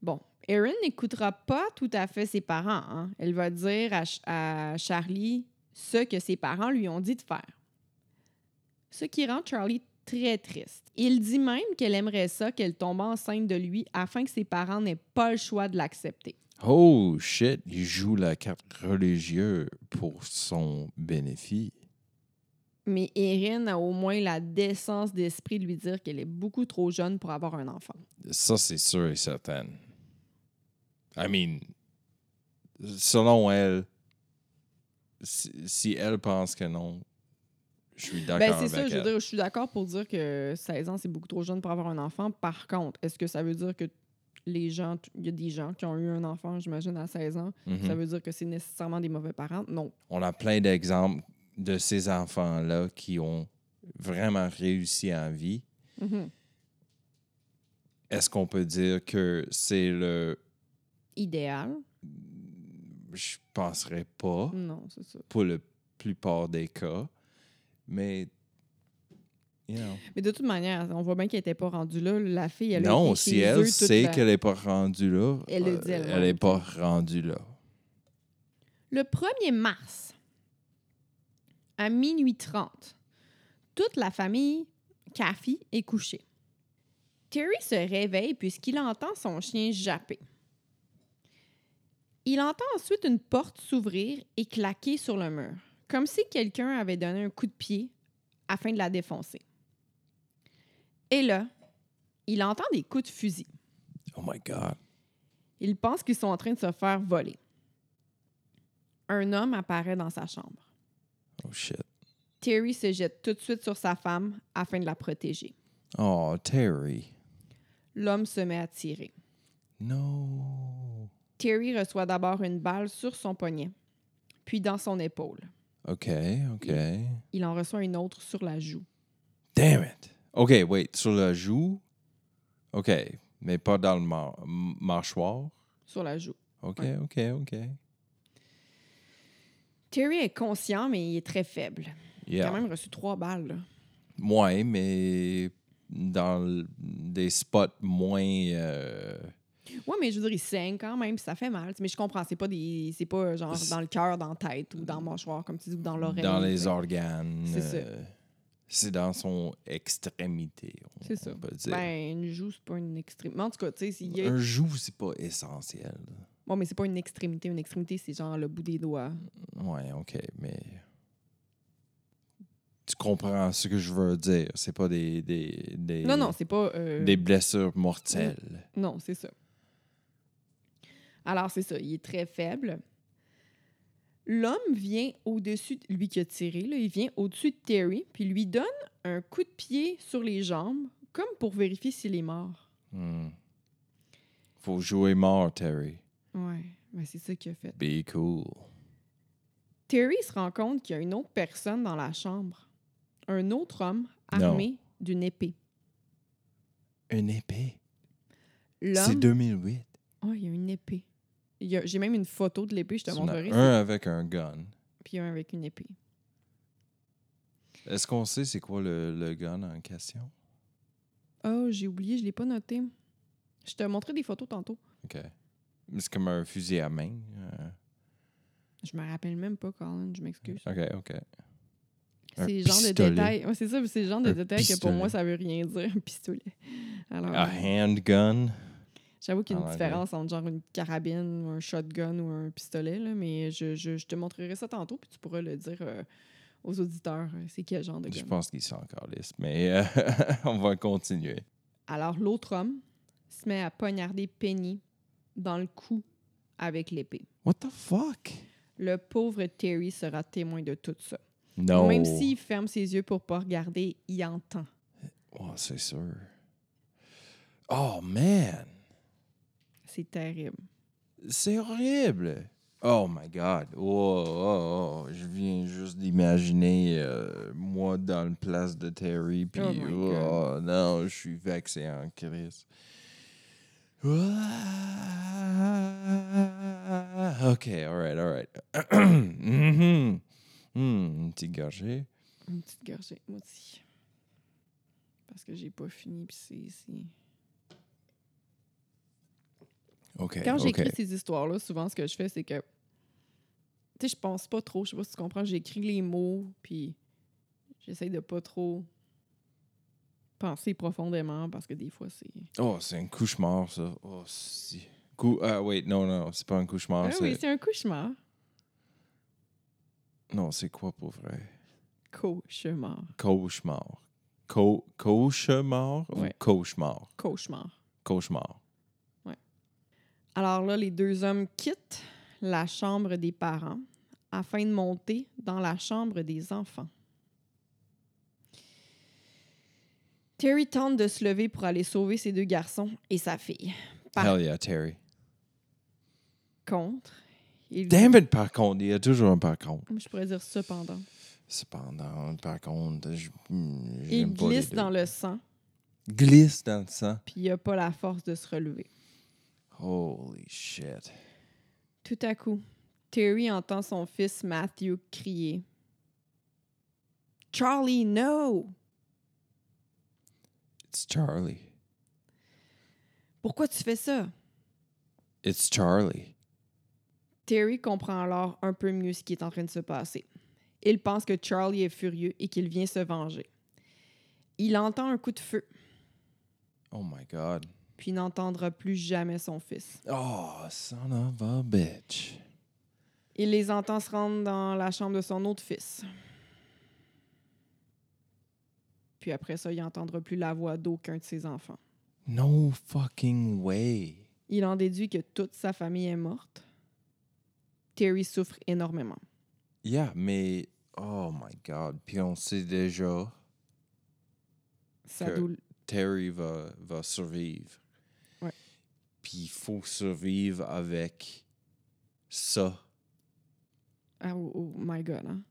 C: Bon, Erin n'écoutera pas tout à fait ses parents. hein. Elle va dire à, Ch- à Charlie ce que ses parents lui ont dit de faire. Ce qui rend Charlie très triste. Il dit même qu'elle aimerait ça qu'elle tombe enceinte de lui afin que ses parents n'aient pas le choix de l'accepter.
B: Oh shit, il joue la carte religieuse pour son bénéfice.
C: Mais Erin a au moins la décence d'esprit de lui dire qu'elle est beaucoup trop jeune pour avoir un enfant.
B: Ça, c'est sûr et certain. I mean, selon elle, si, si elle pense que non, je suis d'accord
C: Ben, c'est
B: avec
C: ça, je veux
B: elle.
C: dire, je suis d'accord pour dire que 16 ans, c'est beaucoup trop jeune pour avoir un enfant. Par contre, est-ce que ça veut dire que les gens, il y a des gens qui ont eu un enfant, j'imagine, à 16 ans,
B: Mhm.
C: ça veut dire que c'est nécessairement des mauvais parents? Non.
B: On a plein d'exemples de ces enfants-là qui ont vraiment réussi en vie.
C: Mhm.
B: Est-ce qu'on peut dire que c'est le...
C: Idéal?
B: Je penserais pas.
C: Non, c'est ça.
B: pour la plupart des cas. Mais, you know.
C: Mais de toute manière, on voit bien qu'elle n'était pas rendue là. La fille, elle a
B: non,
C: été
B: si
C: chez eux
B: elle
C: toute
B: sait
C: la-
B: qu'elle n'est pas rendue là,
C: Elle le
B: euh,
C: dit elle-même.
B: elle n'est pas rendue là.
C: Le 1er mars, à minuit 30, toute la famille Kathy est couchée. Terry se réveille puisqu'il entend son chien japper. Il entend ensuite une porte s'ouvrir et claquer sur le mur, comme si quelqu'un avait donné un coup de pied afin de la défoncer. Et là, il entend des coups de fusil.
B: Oh my God.
C: Il pense qu'ils sont en train de se faire voler. Un homme apparaît dans sa chambre.
B: Oh shit.
C: Terry se jette tout de suite sur sa femme afin de la protéger.
B: Oh, Terry.
C: L'homme se met à tirer.
B: No.
C: Terry reçoit d'abord une balle sur son poignet, puis dans son épaule.
B: OK, OK.
C: Il en reçoit une autre sur la joue.
B: Damn it. OK, wait. Sur le joue? OK. Mais pas dans le mar- m- mâchoire?
C: Sur la joue.
B: OK,
C: Ouais.
B: OK, OK.
C: Terry est conscient, mais il est très faible. Il a
B: Yeah.
C: quand même reçu trois balles. là.
B: Ouais, mais dans l- des spots moins... euh,
C: Ouais, mais je veux dire, il saigne quand même, puis ça fait mal. Mais je comprends, c'est pas des, c'est pas euh, genre
B: C'est-
C: dans le cœur, dans la tête ou dans le mâchoire, comme tu dis, ou dans l'oreille.
B: Dans
C: tu
B: les
C: sais.
B: organes.
C: C'est ça.
B: euh, C'est dans son extrémité, on,
C: C'est ça.
B: on peut dire.
C: Ben, une joue, c'est pas une extrémité. En tout cas, tu sais, s'il y a-
B: Un joug, c'est pas essentiel.
C: Bon, mais c'est pas une extrémité. Une extrémité, c'est genre le bout des doigts.
B: Ouais, OK, mais... Tu comprends ce que je veux dire. C'est pas des... des, des
C: Non, non, c'est pas. euh,
B: Des blessures mortelles.
C: Non, c'est ça. Alors, c'est ça. Il est très faible. L'homme vient au-dessus, de lui qui a tiré, là, il vient au-dessus de Terry, puis lui donne un coup de pied sur les jambes, comme pour vérifier s'il est mort.
B: Hmm. Faut jouer mort, Terry.
C: Ouais, ben c'est ça qu'il a fait.
B: Be cool.
C: Terry se rend compte qu'il y a une autre personne dans la chambre. Un autre homme
B: Non.
C: armé d'une épée.
B: Une épée. C'est
C: L'homme.
B: 2008.
C: Oh, il y a une épée. Il y a- J'ai même une photo de l'épée, je te
B: Tu en as
C: montrerai.
B: un avec un gun.
C: Puis un avec une épée.
B: Est-ce qu'on sait c'est quoi le, le gun en question?
C: Oh, j'ai oublié, je l'ai pas noté. Je te montrais des photos tantôt.
B: OK. C'est comme un fusil à main. euh,
C: Je me rappelle même pas, Colin, je m'excuse.
B: OK, OK. Un
C: C'est le genre de
B: pistolet.
C: détail. ouais, c'est ça, c'est le genre de
B: Un
C: détail que pour moi,
B: pistolet.
C: ça veut rien dire, un pistolet. Alors,
B: A handgun.
C: j'avoue qu'il y a une
B: ah, ouais,
C: différence entre genre une carabine, ou un shotgun ou un pistolet, là, mais je, je- je te montrerai ça tantôt, puis tu pourras le dire euh, aux auditeurs. euh, C'est quel genre de
B: Je
C: gun?
B: pense qu'ils sont encore lisses, mais euh, <laughs> on va continuer.
C: Alors, l'autre homme se met à poignarder Penny dans le cou avec l'épée.
B: What the fuck?
C: Le pauvre Terry sera témoin de tout ça.
B: Non.
C: Même s'il ferme ses yeux pour pas regarder, il entend.
B: Oh, c'est sûr. Oh, man.
C: C'est terrible.
B: C'est horrible. Oh my God. Oh, oh, oh. Je viens juste d'imaginer euh, moi dans la place de Terry. Puis,
C: Oh my
B: oh, non, je suis vexé en crise. Ah. Ok, alright, <clears throat> alright. Mhm. Hmm, une petite gorgée.
C: Une petite gorgée, moi aussi. Parce que j'ai pas fini, puis c'est ici.
B: Ok,
C: Quand
B: ok.
C: j'écris ces histoires-là, souvent, ce que je fais, c'est que. Tu sais, je pense pas trop, je sais pas si tu comprends, j'écris les mots, puis j'essaye de pas trop penser profondément, parce que des fois, c'est.
B: Oh, c'est un couche-mort, ça. Oh, si. Cou- ah, wait, non, non, c'est pas un couche-mort.
C: Ah
B: c'est-
C: oui, c'est un cauchemar.
B: Non, c'est quoi pour vrai?
C: Cauchemar.
B: Cauchemar. Co- cauchemar ou
C: Ouais.
B: cauchemar?
C: Cauchemar.
B: Cauchemar.
C: Alors là, les deux hommes quittent la chambre des parents afin de monter dans la chambre des enfants. Terry tente de se lever pour aller sauver ses deux garçons et sa fille. Par
B: Hell yeah, Terry.
C: contre, il...
B: Damn it, par contre, il y a toujours un par contre.
C: je pourrais dire cependant.
B: Cependant, par contre, je. hmm,
C: Il
B: j'aime pas les
C: glisse
B: deux.
C: dans le sang,
B: Glisse dans le sang.
C: puis il n'a pas la force de se relever.
B: Holy shit.
C: Tout à coup, Terry entend son fils Matthew crier. Charlie, no!
B: It's Charlie.
C: Pourquoi tu fais ça?
B: It's Charlie.
C: Terry comprend alors un peu mieux ce qui est en train de se passer. Il pense que Charlie est furieux et qu'il vient se venger. Il entend un coup de feu,
B: Oh my god.
C: puis n'entendra plus jamais son fils.
B: Oh, son of a bitch.
C: Il les entend se rendre dans la chambre de son autre fils. Puis après ça, il n'entendra plus la voix d'aucun de ses enfants.
B: No fucking way.
C: Il en déduit que toute sa famille est morte. Terry souffre énormément.
B: Yeah, mais. Oh my god. Puis on sait déjà.
C: Sa
B: Que-
C: doule-
B: Terry va, va survivre.
C: Ouais.
B: Puis il faut survivre avec ça,
C: Ah, oh, oh my God, hein?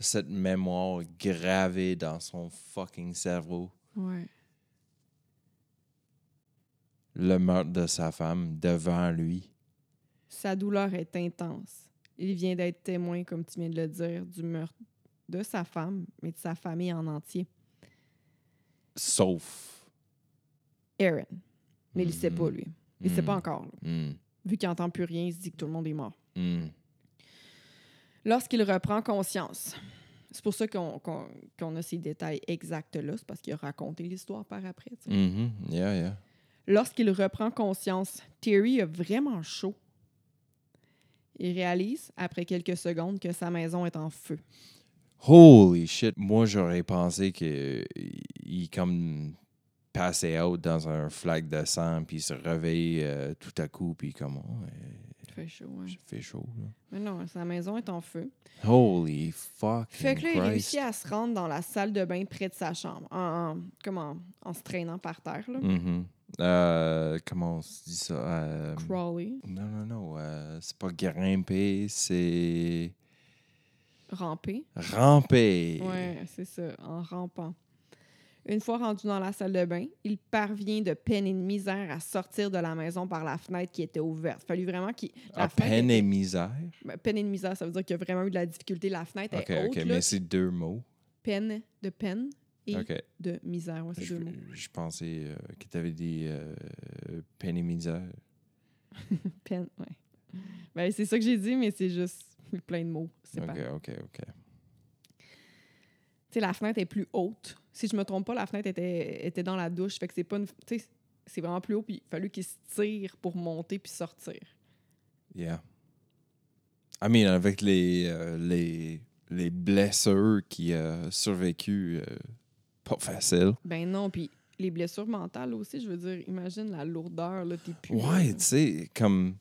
B: cette mémoire gravée dans son fucking cerveau.
C: Ouais.
B: Le meurtre de sa femme devant lui.
C: Sa douleur est intense. Il vient d'être témoin, comme tu viens de le dire, du meurtre de sa femme, mais de sa famille en entier.
B: Sauf.
C: Aaron. Mais il ne sait
B: Mhm.
C: pas, lui. Il ne sait pas
B: Hmm.
C: encore. là.
B: Hmm.
C: Vu qu'il n'entend plus rien, il se dit que tout le monde est mort.
B: Hmm.
C: Lorsqu'il reprend conscience, c'est pour ça qu'on qu'on- qu'on a ces détails exacts-là, c'est parce qu'il a raconté l'histoire par après. tu sais.
B: Mhm. Yeah, yeah.
C: Lorsqu'il reprend conscience, Terry a vraiment chaud. Il réalise, après quelques secondes, que sa maison est en feu.
B: Holy shit. Moi, j'aurais pensé que il comme passait out dans un flac de sang, puis il se réveille euh, tout à coup, puis comme, oh, euh,
C: Il fait chaud, ouais.
B: il fait chaud, là.
C: Mais non, sa maison est en feu.
B: Holy fuck.
C: Fait que là, il réussit à se rendre dans la salle de bain près de sa chambre, en, en- comme en, en se traînant par terre. Là.
B: Mm-hmm. Euh, comment on se dit ça? Euh,
C: Crawler,
B: non, non, non. euh, c'est pas grimper, c'est
C: ramper.
B: ramper.
C: Ouais, c'est ça, en rampant. Une fois rendu dans la salle de bain, il parvient de peine et de misère à sortir de la maison par la fenêtre qui était ouverte. Fallu vraiment qu'il. la
B: À
C: fenêtre
B: Ah, peine
C: était-
B: et misère.
C: Ben, peine et de misère, ça veut dire qu'il a vraiment eu de la difficulté. La fenêtre
B: Ok,
C: est ben, haute.
B: ok,
C: là.
B: mais c'est deux mots.
C: Peine de peine et
B: Ok.
C: de misère. Ouais, c'est
B: Je,
C: deux mots.
B: je pensais euh, que t'avais dit euh, peine et misère.
C: Peine, ouais. Ben, c'est ça que j'ai dit, mais c'est juste plein de mots. C'est
B: Ok,
C: pas
B: ok, ok.
C: tu sais, la fenêtre est plus haute. Si je me trompe pas, la fenêtre était, était dans la douche. Fait que c'est pas une. Tu sais, c'est vraiment plus haut, puis il a fallu qu'il se tire pour monter puis sortir.
B: Yeah. I mean, avec les, euh, les, les blessures qui a survécu, euh, pas facile.
C: Ben non, puis les blessures mentales aussi, je veux dire, imagine la lourdeur, là, t'es plus.
B: Ouais,
C: là.
B: tu sais, comme.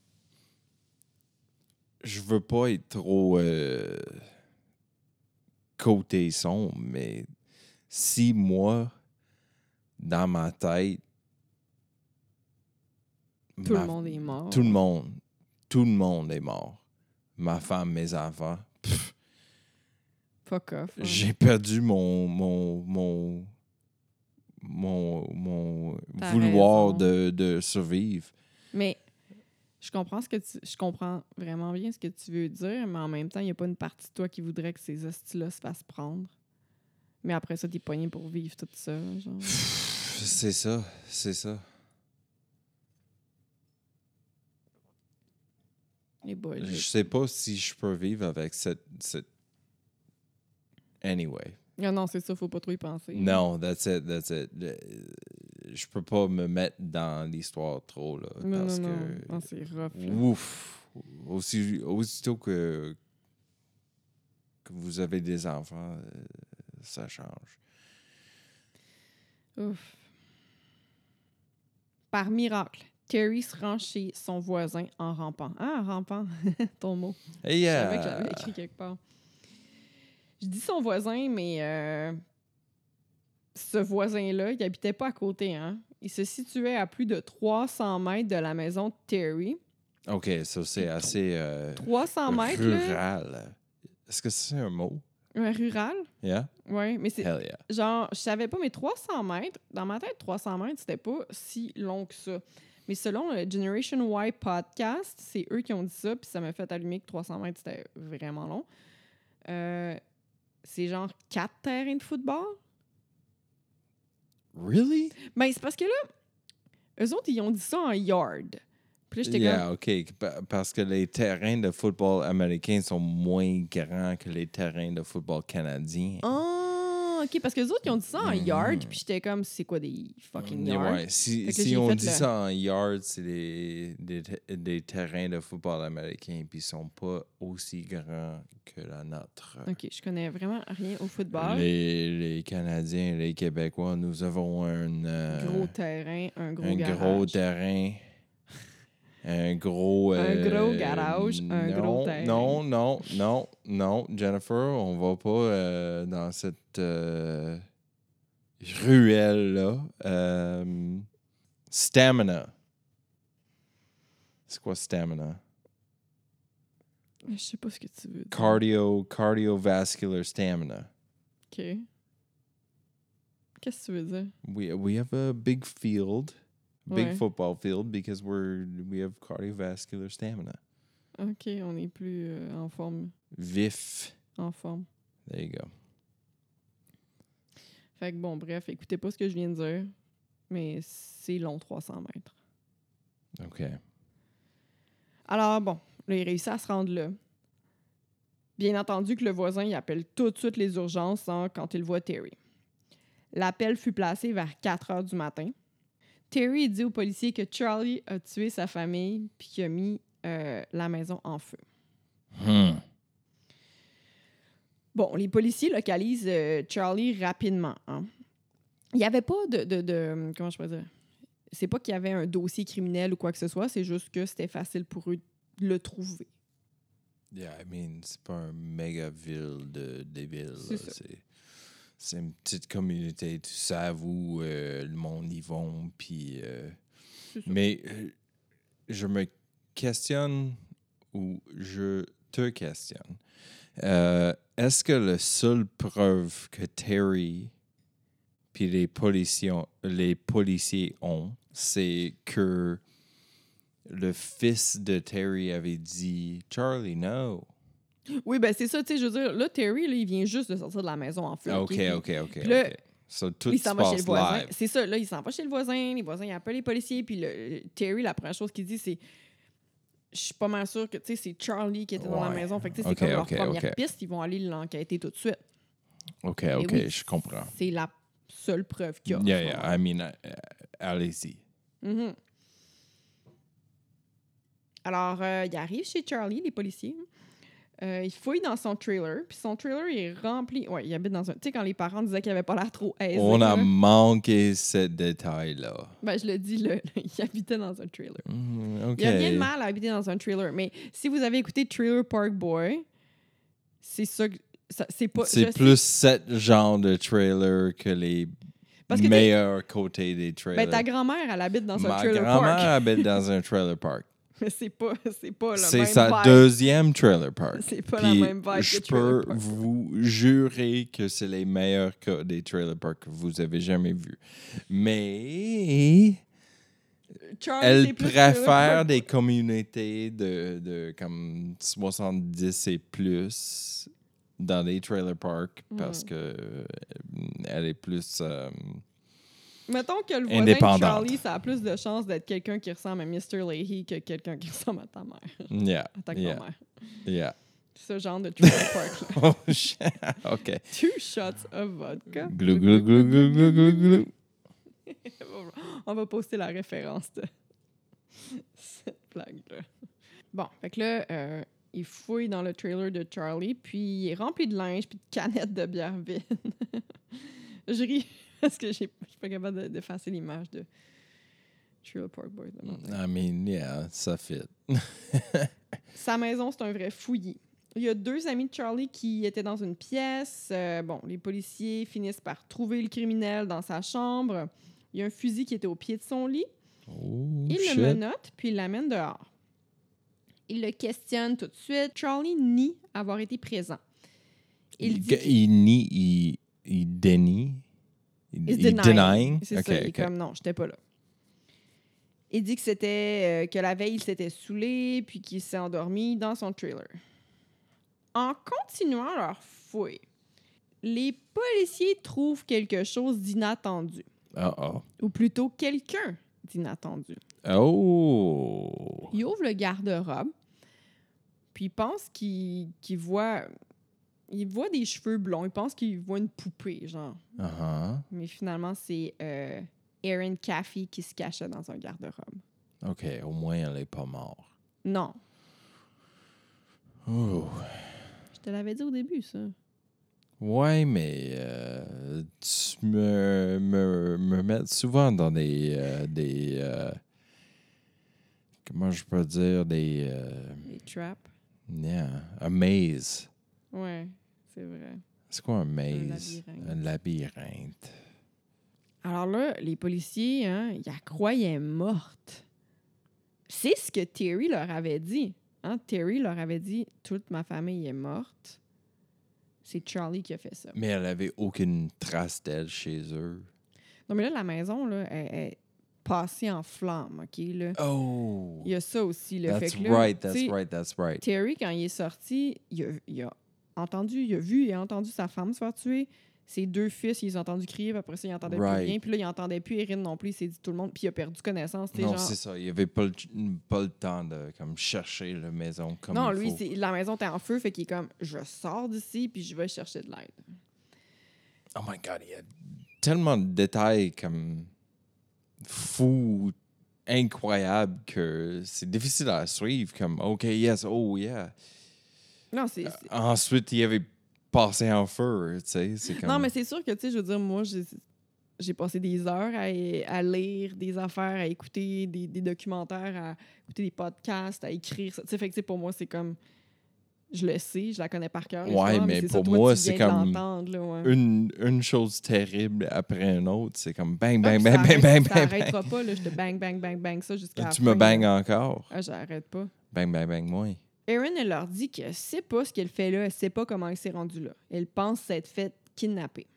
B: Je veux pas être trop. euh, côté sombre, mais si moi, dans ma tête.
C: Tout
B: ma-
C: le monde est mort.
B: Tout le monde. Tout le monde est mort. Ma femme, mes enfants. Pff,
C: Fuck off. hein. ouais.
B: J'ai perdu mon. mon. mon. mon, mon
C: T'as
B: vouloir
C: raison.
B: de, de survivre.
C: Mais je comprends ce que tu, je comprends vraiment bien ce que tu veux dire, mais en même temps, il n'y a pas une partie de toi qui voudrait que ces hosties-là se fassent prendre. Mais après ça, t'es poigné pour vivre tout ça. Genre.
B: Pff, C'est ça, c'est ça.
C: Les boys.
B: Je sais pas si je peux vivre avec cette. cette... Anyway.
C: Ah non, c'est ça, faut pas trop y penser.
B: Non, that's it, that's it. Le- Je peux pas me mettre dans l'histoire trop, là.
C: Non,
B: parce
C: non, non.
B: que.
C: Non, c'est rough. là.
B: Ouf! Aussi, aussitôt que, que vous avez des enfants, euh, ça change.
C: Ouf. Par miracle, Terry se rend chez son voisin en rampant. Ah, rampant, <laughs> ton mot.
B: Hey, euh,
C: Je savais que
B: yeah!
C: j'avais écrit quelque part. Je dis son voisin, mais euh, ce voisin-là, il n'habitait pas à côté. Hein? Il se situait à plus de 300 mètres de la maison de Terry.
B: Ok, ça c'est assez euh,
C: 300 mètres, là,
B: rural. Est-ce que c'est un mot?
C: un rural.
B: Yeah?
C: Oui, mais c'est
B: Hell yeah.
C: genre, je savais pas, mais 300 mètres, dans ma tête, 300 mètres, c'était pas si long que ça. Mais selon le Generation Y podcast, c'est eux qui ont dit ça, puis ça m'a fait allumer que 300 mètres, c'était vraiment long. Euh, c'est genre quatre terrains de football.
B: Really?
C: Ben, c'est parce que là, eux autres, ils ont dit ça en yard. Puis là, j'étais comme.
B: Yeah, OK. pa- Parce que les terrains de football américains sont moins grands que les terrains de football canadiens.
C: Ah, ok, parce que les autres, ils ont dit ça en
B: Mhm.
C: yard, puis j'étais comme, c'est quoi des fucking
B: Mais
C: yards?
B: Mm, ouais, si
C: Fait que
B: si
C: j'ai
B: on
C: fait
B: dit
C: le-
B: ça en yards, c'est des, des, te- des terrains de football américains, puis ils sont pas aussi grands que la nôtre.
C: Ok, je connais vraiment rien au football.
B: Les, les Canadiens, les Québécois, nous avons un, euh,
C: Gros terrain, un gros
B: un
C: garage.
B: gros terrain. Un gros.
C: Un gros
B: euh,
C: garage, un gros
B: non,
C: terrain.
B: Non, non, non, non. Jennifer, on va pas euh, dans cette euh, ruelle-là. Euh, stamina. C'est quoi stamina?
C: Je sais pas ce que tu veux dire.
B: Cardio, cardiovascular stamina.
C: Ok. Qu'est-ce que tu veux dire?
B: We, we have a big field, big
C: Ouais.
B: football field, because we're, we have cardiovascular stamina.
C: Ok, on est plus euh, en forme.
B: Vif.
C: En forme.
B: There you go.
C: Fait que bon, bref, écoutez pas ce que je viens de dire, mais c'est long 300 mètres.
B: OK.
C: Alors bon, là, il réussit à se rendre là. Bien entendu que le voisin il appelle tout de suite les urgences hein, quand il voit Terry. L'appel fut placé vers 4 heures du matin. Terry dit au policier que Charlie a tué sa famille puis qu'il a mis euh, la maison en feu.
B: Hmm.
C: Bon, les policiers localisent euh, Charlie rapidement. hein. Il n'y avait pas de, de- de- Comment je pourrais dire? C'est pas qu'il y avait un dossier criminel ou quoi que ce soit, c'est juste que c'était facile pour eux de le trouver.
B: Yeah, I mean, c'est pas un méga ville de débiles.
C: C'est
B: là,
C: ça.
B: C'est c'est une petite communauté. Tu sais où euh, le monde y vont. Puis, euh,
C: C'est ça.
B: mais euh, je me questionne ou je te questionne. Euh, Est-ce que la seule preuve que Terry puis les policiers, ont- les policiers ont, c'est que le fils de Terry avait dit Charlie, no.
C: Oui, ben c'est ça, tu sais, je veux dire, là, Terry, là, il vient juste de sortir de la maison en feu.
B: Ah,
C: ok?
B: OK,
C: Puis
B: OK, OK.
C: Puis là,
B: ok. So, tout
C: Il
B: se
C: s'en va chez le
B: passe
C: voisin.
B: live.
C: C'est ça, là, il s'en va chez le voisin, les voisins, ils appellent les policiers, puis le- Terry, la première chose qu'il dit, c'est Je suis pas mal sûr que, tu sais, c'est Charlie qui était dans la
B: Ouais.
C: maison. Fait que, tu sais,
B: Ok,
C: c'est comme leur
B: ok,
C: première
B: ok.
C: piste, ils vont aller l'enquêter tout de suite.
B: OK,
C: Mais
B: OK,
C: Eh oui.
B: je comprends.
C: C'est la seule preuve qu'il y a. en
B: Yeah,
C: ce
B: yeah, I mean, euh, allez-y.
C: Mhm. Alors, euh, ils arrivent chez Charlie, les policiers. Euh, ils fouillent dans son trailer. Puis son trailer il est rempli. Ouais, il habite dans un. Tu sais, quand les parents disaient qu'il avait pas l'air trop aisé.
B: On a
C: là,
B: manqué ce détail-là.
C: Ben, je le dis, là, <laughs> il habitait dans un trailer.
B: Mm, OK.
C: Il y a rien de mal à habiter dans un trailer. Mais si vous avez écouté Trailer Park Boy, c'est ça que. ça- C'est pas. je sais-
B: C'est plus ce genre de trailer que les
C: Parce que t'es-
B: meilleurs côtés des trailers.
C: Ben, ta grand-mère, elle habite dans un
B: Ma
C: trailer
B: grand-mère
C: park.
B: habite dans un trailer park.
C: <laughs> Mais c'est pas, c'est pas le même
B: C'est sa
C: vibe.
B: deuxième trailer park.
C: C'est pas
B: Puis
C: la même vibe
B: Je
C: que Trailer
B: peux
C: Park.
B: vous jurer que c'est les meilleurs cas des trailer parks que vous avez jamais vus. Mais
C: Charlie, c'est
B: elle
C: Ah, plus Trailer
B: préfère
C: Park.
B: des communautés de, de comme 70 et plus dans les trailer parks
C: Mm.
B: parce que euh, elle est plus euh,
C: <laughs> Mettons que le voisin de
B: Indépendante.
C: Charlie, ça a plus de chances d'être quelqu'un qui ressemble à Mr. Leahy que quelqu'un qui <laughs> ressemble à ta mère,
B: yeah
C: à ta
B: yeah
C: grand-mère.
B: yeah <laughs>
C: Ce genre de trailer park. là.
B: Oh, shit. <laughs> ok
C: Two shots of vodka.
B: glou glou glou glou glou glou glou
C: On va poster la référence de <laughs> cette blague-là. Bon, fait que là, euh, il fouille dans le trailer de Charlie, puis il est rempli de linge, puis de canettes de bière vide. <laughs> je ris <laughs> parce que j'ai- je suis pas capable de- d'effacer l'image de Trailer Park Boy. de mon
B: I mean yeah ça fit
C: Sa maison, c'est un vrai fouillis. Il y a deux amis de Charlie qui étaient dans une pièce. Euh, bon, les policiers finissent par trouver le criminel dans sa chambre. Il y a un fusil qui était au pied de son lit.
B: oh
C: Il
B: shit
C: le menotte, puis il l'amène dehors. Il le questionne tout de suite. Charlie nie avoir été présent. Il dit
B: il, nie il, il dénie il,
C: He's
B: il
C: denying.
B: denying
C: C'est
B: ok
C: ça, il est
B: ok
C: comme non, j'étais pas là. Il dit que c'était euh, que la veille, il s'était saoulé puis qu'il s'est endormi dans son trailer. En continuant leur fouille, les policiers trouvent quelque chose d'inattendu,
B: oh oh
C: ou plutôt quelqu'un d'inattendu.
B: oh
C: Il ouvre le garde-robe, puis il pense qu'il qu'il voit il voit des cheveux blonds, il pense qu'il voit une poupée genre.
B: uh -huh.
C: Mais finalement, c'est euh, Erin Caffey qui se cachait dans un garde-robe.
B: ok au moins elle est pas morte
C: Non.
B: oh
C: Je te l'avais dit au début, ça.
B: Ouais, mais euh, tu me, me, me mets souvent dans des. euh, des euh, comment je peux dire Des. euh,
C: Les traps.
B: yeah, a maze.
C: Ouais, c'est vrai.
B: C'est quoi un maze
C: labyrinthe.
B: Un labyrinthe.
C: Alors là, les policiers, hein, ils la croyaient morte. C'est ce que Terry leur avait dit. Hein? Terry leur avait dit Toute ma famille est morte. C'est Charlie qui a fait ça.
B: Mais elle avait aucune trace d'elle chez eux.
C: Non, mais là, la maison, là, elle est passée en flammes, OK? Là.
B: Oh
C: Il y a ça aussi. Le fait
B: That's
C: que là,
B: right,
C: tu
B: that's
C: sais,
B: right, that's right.
C: Terry, quand il est sorti, il a, il a entendu, il a vu, il a entendu sa femme se faire tuer. Ses deux fils, ils ont entendu crier, puis après ça, ils n'entendaient plus
B: Right.
C: rien. Puis là, ils n'entendaient plus Erin non plus, il s'est dit tout le monde, puis il a perdu connaissance. tu sais,
B: Non,
C: genre...
B: c'est ça. Il n'y avait pas le, pas le temps de comme, chercher la maison comme
C: non
B: il
C: lui,
B: faut.
C: c'est- la maison était en feu, fait qu'il est comme, je sors d'ici, puis je vais chercher de l'aide.
B: Oh my God, il y a tellement de détails comme fous, incroyables que c'est difficile à suivre. Comme, OK, yes, oh yeah.
C: Non,
B: Euh,
C: c'est. c'est-
B: Ensuite, il y avait passé en feu, tu sais. c'est Comme...
C: Non, mais c'est sûr que, tu sais, je veux dire, moi, j'ai- j'ai passé des heures à, à lire des affaires, à écouter des, des documentaires, à écouter des podcasts, à écrire ça. Tu sais, fait que, tu sais, pour moi, c'est comme. Je le sais, je la connais par cœur.
B: Ouais,
C: l'histoire,
B: mais
C: c'est ça,
B: pour
C: toi,
B: moi,
C: tu
B: c'est
C: viens de
B: comme
C: l'entendre, là, ouais.
B: une, une chose terrible après une autre, c'est comme bang,
C: Ah,
B: bang,
C: puis
B: bang,
C: ça
B: bang, bang,
C: arrête- Ça
B: bang, bang.
C: arrêtera pas, là. Je te bang, bang, bang, bang ça jusqu'à. la
B: Tu
C: fin,
B: me
C: là.
B: bangs encore.
C: Ah, j'arrête pas.
B: Bang, bang, bang, moins.
C: Erin, elle leur dit qu'elle sait pas ce qu'elle fait là, elle sait pas comment elle s'est rendue là. Elle pense s'être faite kidnapper.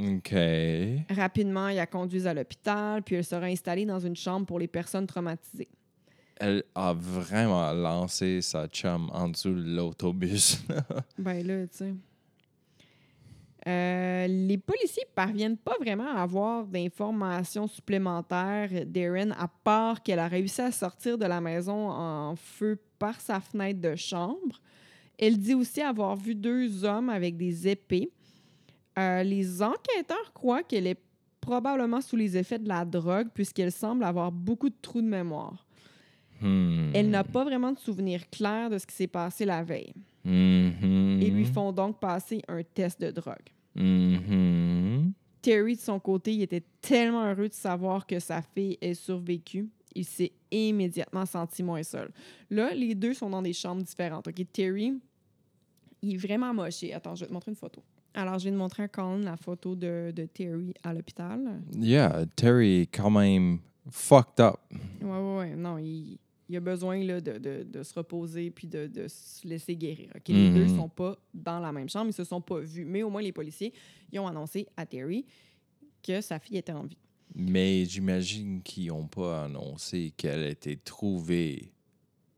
B: OK.
C: Rapidement, ils la conduisent à l'hôpital, puis elle sera installée dans une chambre pour les personnes traumatisées.
B: Elle a vraiment lancé sa chum en dessous de l'autobus. <laughs>
C: Ben là, tu sais. Euh, les policiers parviennent pas vraiment à avoir d'informations supplémentaires d'Erin, à part qu'elle a réussi à sortir de la maison en feu par sa fenêtre de chambre. Elle dit aussi avoir vu deux hommes avec des épées Euh, les enquêteurs croient qu'elle est probablement sous les effets de la drogue puisqu'elle semble avoir beaucoup de trous de mémoire.
B: Hmm.
C: Elle n'a pas vraiment de souvenirs clairs de ce qui s'est passé la veille
B: Mhm.
C: et lui font donc passer un test de drogue.
B: Mhm.
C: Terry, de son côté, il était tellement heureux de savoir que sa fille ait survécu. Il s'est immédiatement senti moins seul. Là, les deux sont dans des chambres différentes. OK, Terry, il est vraiment moché. Attends, je vais te montrer une photo. Alors, je viens de montrer à Colin la photo de, de Terry à l'hôpital.
B: Yeah, Terry est quand même fucked up.
C: Ouais, ouais, ouais. Non, il, il a besoin là, de, de- de se reposer puis de, de se laisser guérir. OK? Les
B: Mhm.
C: deux sont pas dans la même chambre, ils se sont pas vus. Mais au moins, les policiers, ils ont annoncé à Terry que sa fille était en vie.
B: Mais j'imagine qu'ils n'ont pas annoncé qu'elle a été trouvée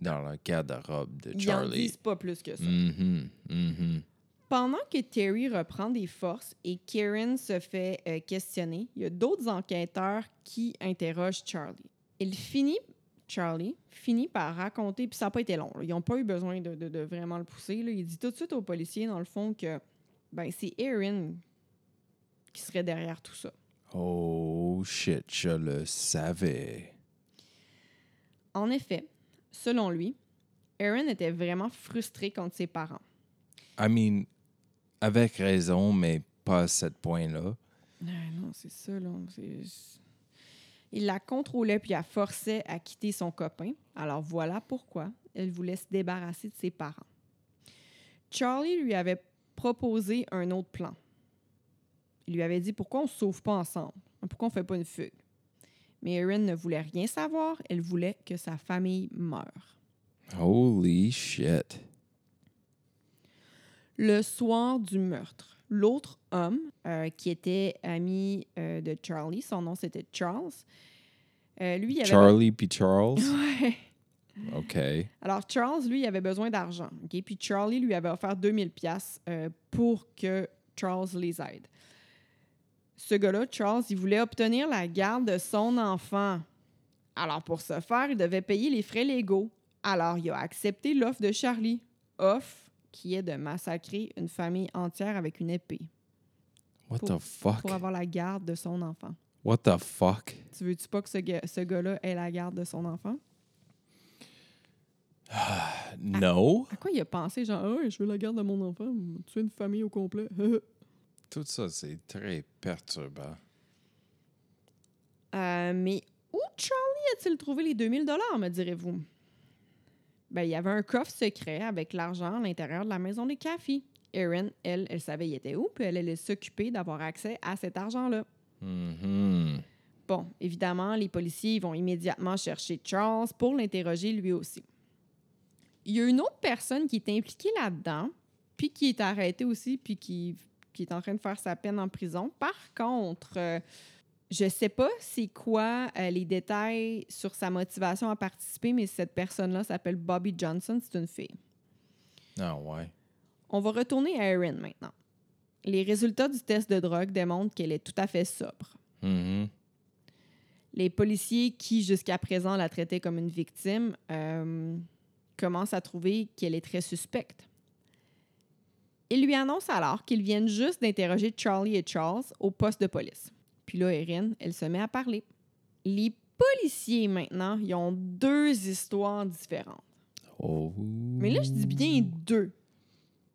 B: dans le garde-robe de
C: Ils en
B: Charlie.
C: disent pas plus que ça.
B: Mhm, mhm.
C: Pendant que Terry reprend des forces et Karen se fait euh, questionner, il y a d'autres enquêteurs qui interrogent Charlie. Il finit, Charlie finit par raconter, puis ça n'a pas été long. là. Ils n'ont pas eu besoin de, de- de vraiment le pousser. là. Il dit tout de suite aux policiers, dans le fond, que ben, c'est Erin qui serait derrière tout ça.
B: Oh shit, je le savais.
C: En effet, selon lui, Erin était vraiment frustrée contre ses parents.
B: I mean, avec raison, mais pas à ce point-là.
C: Ouais, Ah, non, c'est ça, là. C'est- Il la contrôlait puis la forçait à quitter son copain. Alors voilà pourquoi elle voulait se débarrasser de ses parents. Charlie lui avait proposé un autre plan. Il lui avait dit pourquoi on ne se sauve pas ensemble, pourquoi on ne fait pas une fugue. Mais Erin ne voulait rien savoir, elle voulait que sa famille meure.
B: Holy shit.
C: Le soir du meurtre, l'autre homme euh, qui était ami euh, de Charlie, son nom c'était Charles, euh, lui, il avait...
B: Charlie puis Charles.
C: <laughs> Ouais.
B: OK.
C: Alors Charles, lui, il avait besoin d'argent. ok? Puis Charlie lui avait offert 2000 pièces euh, pour que Charles les aide. Ce gars-là, Charles, il voulait obtenir la garde de son enfant. Alors pour ce faire, il devait payer les frais légaux. Alors il a accepté l'offre de Charlie, offre qui est de massacrer une famille entière avec une épée.
B: What
C: Pour-
B: the fuck?
C: pour avoir la garde de son enfant.
B: What the fuck?
C: Tu veux-tu pas que ce, gars- ce gars-là ait la garde de son enfant? Ah.
B: No.
C: À quoi il a pensé? Genre, ah, je veux la garde de mon enfant, tuer une famille au complet. <laughs>
B: Tout ça, c'est très perturbant.
C: Euh, mais où Charlie a-t-il trouvé les 2000 dollars, me direz-vous? Ben, il y avait un coffre secret avec l'argent à l'intérieur de la maison des Cafés. Erin, elle, elle savait il était où, puis elle allait s'occuper d'avoir accès à cet argent-là.
B: Mhm.
C: Bon, évidemment, les policiers ils vont immédiatement chercher Charles pour l'interroger lui aussi. Il y a une autre personne qui est impliquée là-dedans, puis qui est arrêtée aussi, puis qui, qui est en train de faire sa peine en prison. Par contre, euh, je sais pas c'est quoi euh, les détails sur sa motivation à participer, mais cette personne-là s'appelle Bobby Johnson, c'est une fille.
B: Ah ouais.
C: On va retourner à Erin maintenant. Les résultats du test de drogue démontrent qu'elle est tout à fait sobre.
B: Mhm.
C: les policiers qui, jusqu'à présent, la traitaient comme une victime euh, commencent à trouver qu'elle est très suspecte. Ils lui annoncent alors qu'ils viennent juste d'interroger Charlie et Charles au poste de police. Puis là, Erin, elle se met à parler. Les policiers, maintenant, ils ont deux histoires différentes.
B: Oh.
C: Mais là, je dis bien deux.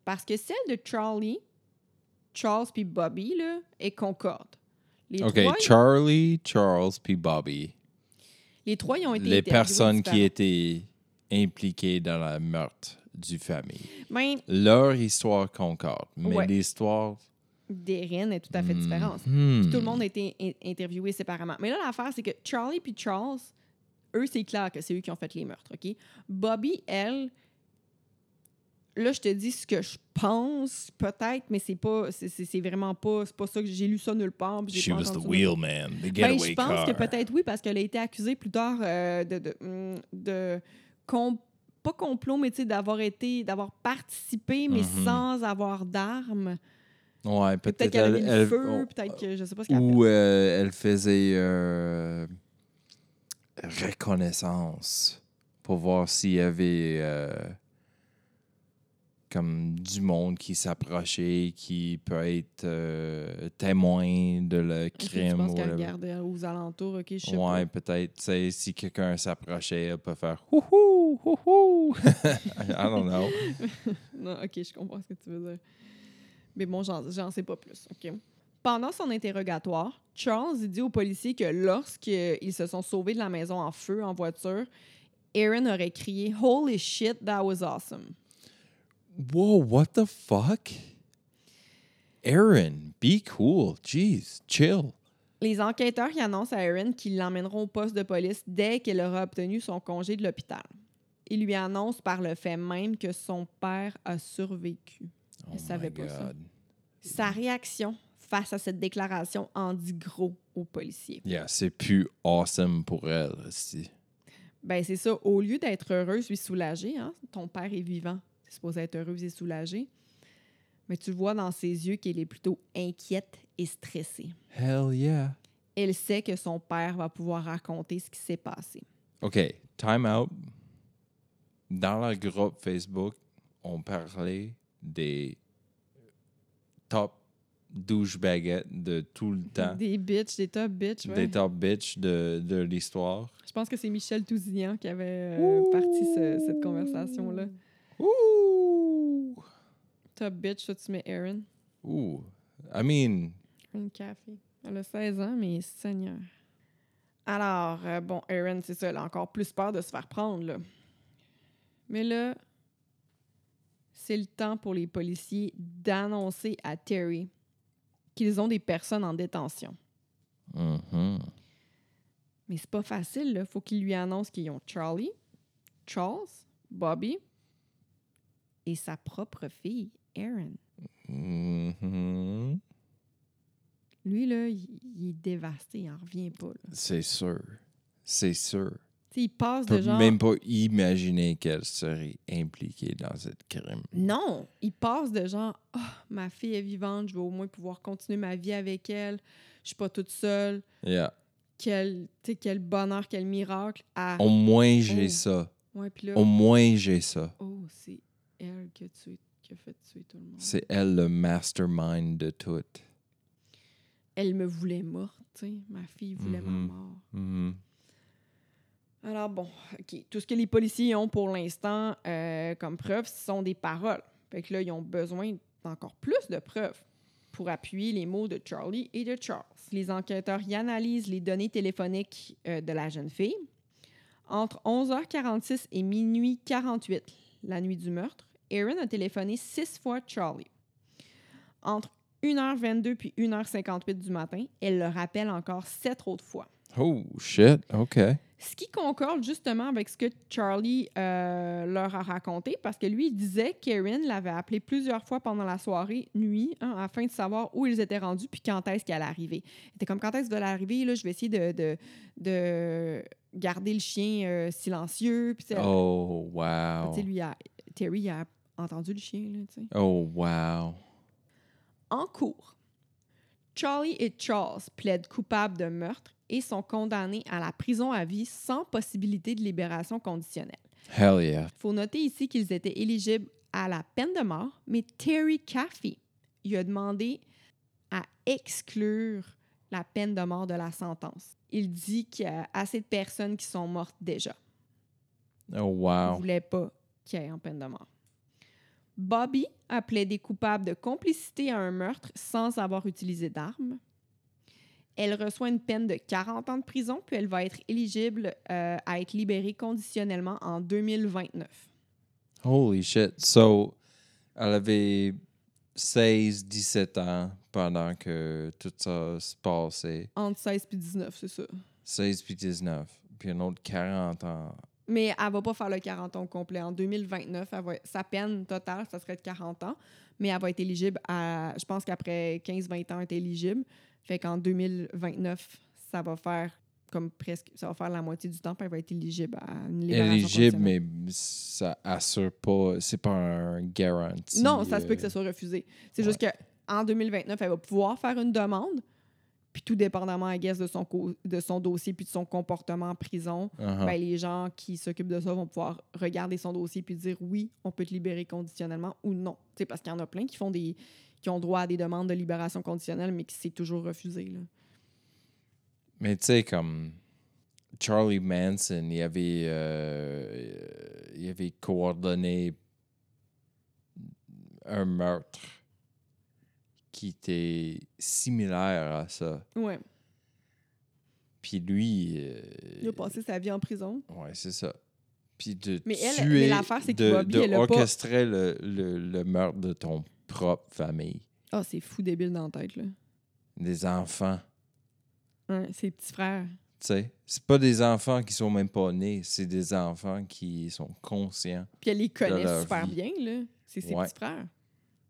C: Parce que celle de Charlie, Charles puis Bobby, là, est concorde. Les,
B: Oh. OK,
C: trois,
B: Charlie, Charles puis Bobby.
C: les trois, ils ont été
B: Les
C: interviewés
B: personnes qui
C: différemment.
B: étaient impliquées dans la meurtre du famille.
C: Ben,
B: Leur histoire concorde, mais
C: Ouais.
B: l'histoire...
C: d'Erin est tout à fait différente.
B: Hmm.
C: Tout le monde a été in- interviewé séparément. Mais là, l'affaire, c'est que Charlie puis Charles, eux, c'est clair que c'est eux qui ont fait les meurtres, OK? Bobby, elle, là, je te dis ce que je pense, peut-être, mais c'est pas, c'est- c'est c'est vraiment pas, c'est pas ça que j'ai lu ça nulle part. puis j'ai
B: She
C: pas
B: was the
C: entendu
B: wheel man, the
C: ben,
B: getaway
C: je pense
B: car.
C: que peut-être oui, parce qu'elle a été accusée plus tard euh, de, de, mm, de com- pas complot, mais tu sais, d'avoir été, d'avoir participé, mais
B: Mhm.
C: sans avoir d'armes.
B: Ouais,
C: Peut-être
B: peut-être
C: qu'elle avait
B: elle-
C: mis le
B: elle-
C: feu,
B: on-
C: peut-être que je sais pas ce qu'elle a fait.
B: Ou euh, elle faisait euh, reconnaissance pour voir s'il y avait euh, comme du monde qui s'approchait, qui peut être euh, témoin de le
C: Ok,
B: crime.
C: tu
B: ou
C: penses qu'elle
B: whatever.
C: regarde aux alentours, ok, je sais
B: Ouais, peut-être. Tu sais, si quelqu'un s'approchait, elle peut faire <laughs> houhou, houhou. I don't know.
C: pas. Non, ok, je comprends ce que tu veux dire. Mais bon, j'en j'en sais pas plus, ok. Pendant son interrogatoire, Charles il dit aux policiers que lorsqu'ils se sont sauvés de la maison en feu, en voiture, Aaron aurait crié « Holy shit, that was awesome
B: Whoa, what the fuck? Aaron, be cool. Jeez, chill. ».
C: Les enquêteurs y annoncent à Aaron qu'ils l'emmèneront au poste de police dès qu'elle aura obtenu son congé de l'hôpital. Ils lui annoncent par le fait même que son père a survécu.
B: Oh
C: Elle savait
B: my
C: pas ça.
B: God.
C: Sa réaction face à cette déclaration en dit gros aux policiers.
B: Yeah, c'est plus awesome pour elle. Si.
C: Ben c'est ça, au lieu d'être heureuse et soulagée, hein, ton père est vivant, c'est supposé être heureuse et soulagée, mais tu vois dans ses yeux qu'elle est plutôt inquiète et stressée.
B: Hell yeah.
C: Elle sait que son père va pouvoir raconter ce qui s'est passé.
B: OK, time out. Dans le groupe Facebook, on parlait des top douchebaguettes de tout <laughs> le temps.
C: Des bitches, des top bitches, ouais.
B: Des top bitch de, de l'histoire.
C: Je pense que c'est Michel Tousignan qui avait euh, parti ce- cette conversation-là.
B: Ouh!
C: Top bitch, ça tu mets Erin.
B: Ouh. I mean,
C: Une café. Elle a 16 ans, mais seigneur. Alors, euh, bon, Erin, c'est ça, elle a encore plus peur de se faire prendre, là. Mais là, c'est le temps pour les policiers d'annoncer à Terry qu'ils ont des personnes en détention.
B: mhm.
C: Mais c'est pas facile, là. Faut qu'ils lui annoncent qu'ils ont Charlie, Charles, Bobby et sa propre fille, Erin.
B: Mhm.
C: Lui, là, il, il est dévasté, il en revient pas, là.
B: c'est sûr. C'est sûr.
C: Tu sais, il passe
B: Je peux
C: de genre...
B: même pas imaginer qu'elle serait impliquée dans cette crime.
C: Non, il passe de genre Ah, ma fille est vivante, je vais au moins pouvoir continuer ma vie avec elle, je suis pas toute seule,
B: Yeah.
C: quel, tu sais, quel bonheur, quel miracle à
B: Au moins, j'ai
C: Oh.
B: ça.
C: Ouais, puis là,
B: Au moins, j'ai ça.
C: oh, c'est elle que tu qui a fait tuer tout le monde.
B: C'est elle le mastermind de tout.
C: Elle me voulait morte, tu sais, ma fille voulait
B: Mhm.
C: ma mort.
B: Mhm.
C: Alors bon, OK, tout ce que les policiers ont pour l'instant euh, comme preuve, ce sont des paroles. Fait que là, ils ont besoin d'encore plus de preuves pour appuyer les mots de Charlie et de Charles. Les enquêteurs y analysent les données téléphoniques euh, de la jeune fille. Entre 11h46 et minuit 48, la nuit du meurtre, Erin a téléphoné six fois Charlie. Entre 1h22 puis 1h58 du matin, elle le rappelle encore sept autres fois.
B: Oh, shit. OK.
C: Ce qui concorde justement avec ce que Charlie euh, leur a raconté, parce que lui, il disait qu'Erin l'avait appelé plusieurs fois pendant la soirée, nuit, hein, afin de savoir où ils étaient rendus puis quand est-ce qu'elle arrivait. Il était comme quand est-ce qu'elle va arriver, là, je vais essayer de, de, de garder le chien euh, silencieux. Puis, tu sais,
B: Oh,
C: tu
B: wow.
C: sais, lui, il a- Terry il a entendu le chien. Là, tu sais.
B: Oh, wow.
C: En cours, Charlie et Charles plaident coupables de meurtre et sont condamnés à la prison à vie sans possibilité de libération conditionnelle.
B: Hell yeah.
C: faut noter ici qu'ils étaient éligibles à la peine de mort, mais Terry Caffey il a demandé à exclure la peine de mort de la sentence. Il dit qu'il y a assez de personnes qui sont mortes déjà.
B: Oh,
C: Il ne
B: wow.
C: voulait pas qu'il y ait en peine de mort. Bobby a plaidé coupable de complicité à un meurtre sans avoir utilisé d'armes. Elle reçoit une peine de 40 ans de prison, puis elle va être éligible euh, à être libérée conditionnellement en 2029.
B: Holy shit. So, elle avait 16, 17 ans pendant que tout ça se passait.
C: Entre 16 puis 19, c'est ça.
B: 16 puis 19. Puis un autre 40 ans.
C: Mais elle va pas faire le 40 ans au complet. En 2029, elle va- sa peine totale, ça serait de 40 ans. Mais elle va être éligible à. Je pense qu'après 15-20 ans, elle est éligible. Fait qu'en 2029, ça va faire comme presque. Ça va faire la moitié du temps, puis elle va être éligible à une libération
B: Éligible,
C: conditionnelle.
B: mais ça assure pas. C'est pas un garantie.
C: Non, ça se peut que
B: euh,
C: ça soit refusé. C'est juste que en 2029, elle va pouvoir faire une demande, Puis tout dépendamment, à guess, de son, co- de son dossier puis de son comportement en prison,
B: Uh-huh.
C: ben, les gens qui s'occupent de ça vont pouvoir regarder son dossier puis dire oui, on peut te libérer conditionnellement ou non. Tu sais, parce qu'il y en a plein qui font des qui ont droit à des demandes de libération conditionnelle, mais qui s'est toujours refusé. là.
B: Mais tu sais, comme Charlie Manson, il avait, euh, il avait coordonné un meurtre qui était similaire à ça.
C: Ouais.
B: Puis lui. euh,
C: Il a passé sa vie en prison.
B: Ouais, c'est ça. Puis de
C: Mais elle-
B: tuer,
C: mais l'affaire, c'est que
B: de,
C: Bobby,
B: de
C: elle a pas-
B: orchestrer le, le, le meurtre de ton propre famille,
C: Ah, c'est fou débile dans la tête, là.
B: des enfants.
C: Hein, ses petits frères.
B: Tu sais, c'est pas des enfants qui sont même pas nés, c'est des enfants qui sont conscients.
C: Puis elle les connaît
B: leur
C: super
B: vie.
C: bien, là. C'est ses
B: Ouais.
C: petits frères.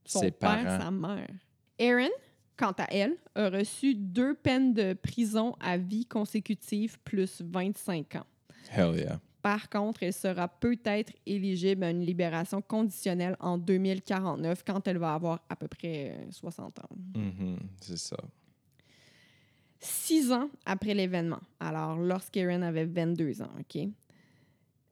C: Son
B: Ses
C: père,
B: parents.
C: sa mère. Erin, quant à elle, a reçu deux peines de prison à vie consécutives plus 25 ans.
B: Hell yeah.
C: Par contre, elle sera peut-être éligible à une libération conditionnelle en 2049 quand elle va avoir à peu près euh, 60 ans.
B: Mhm, c'est ça.
C: Six ans après l'événement, alors lorsqu'Erin avait 22 ans, OK?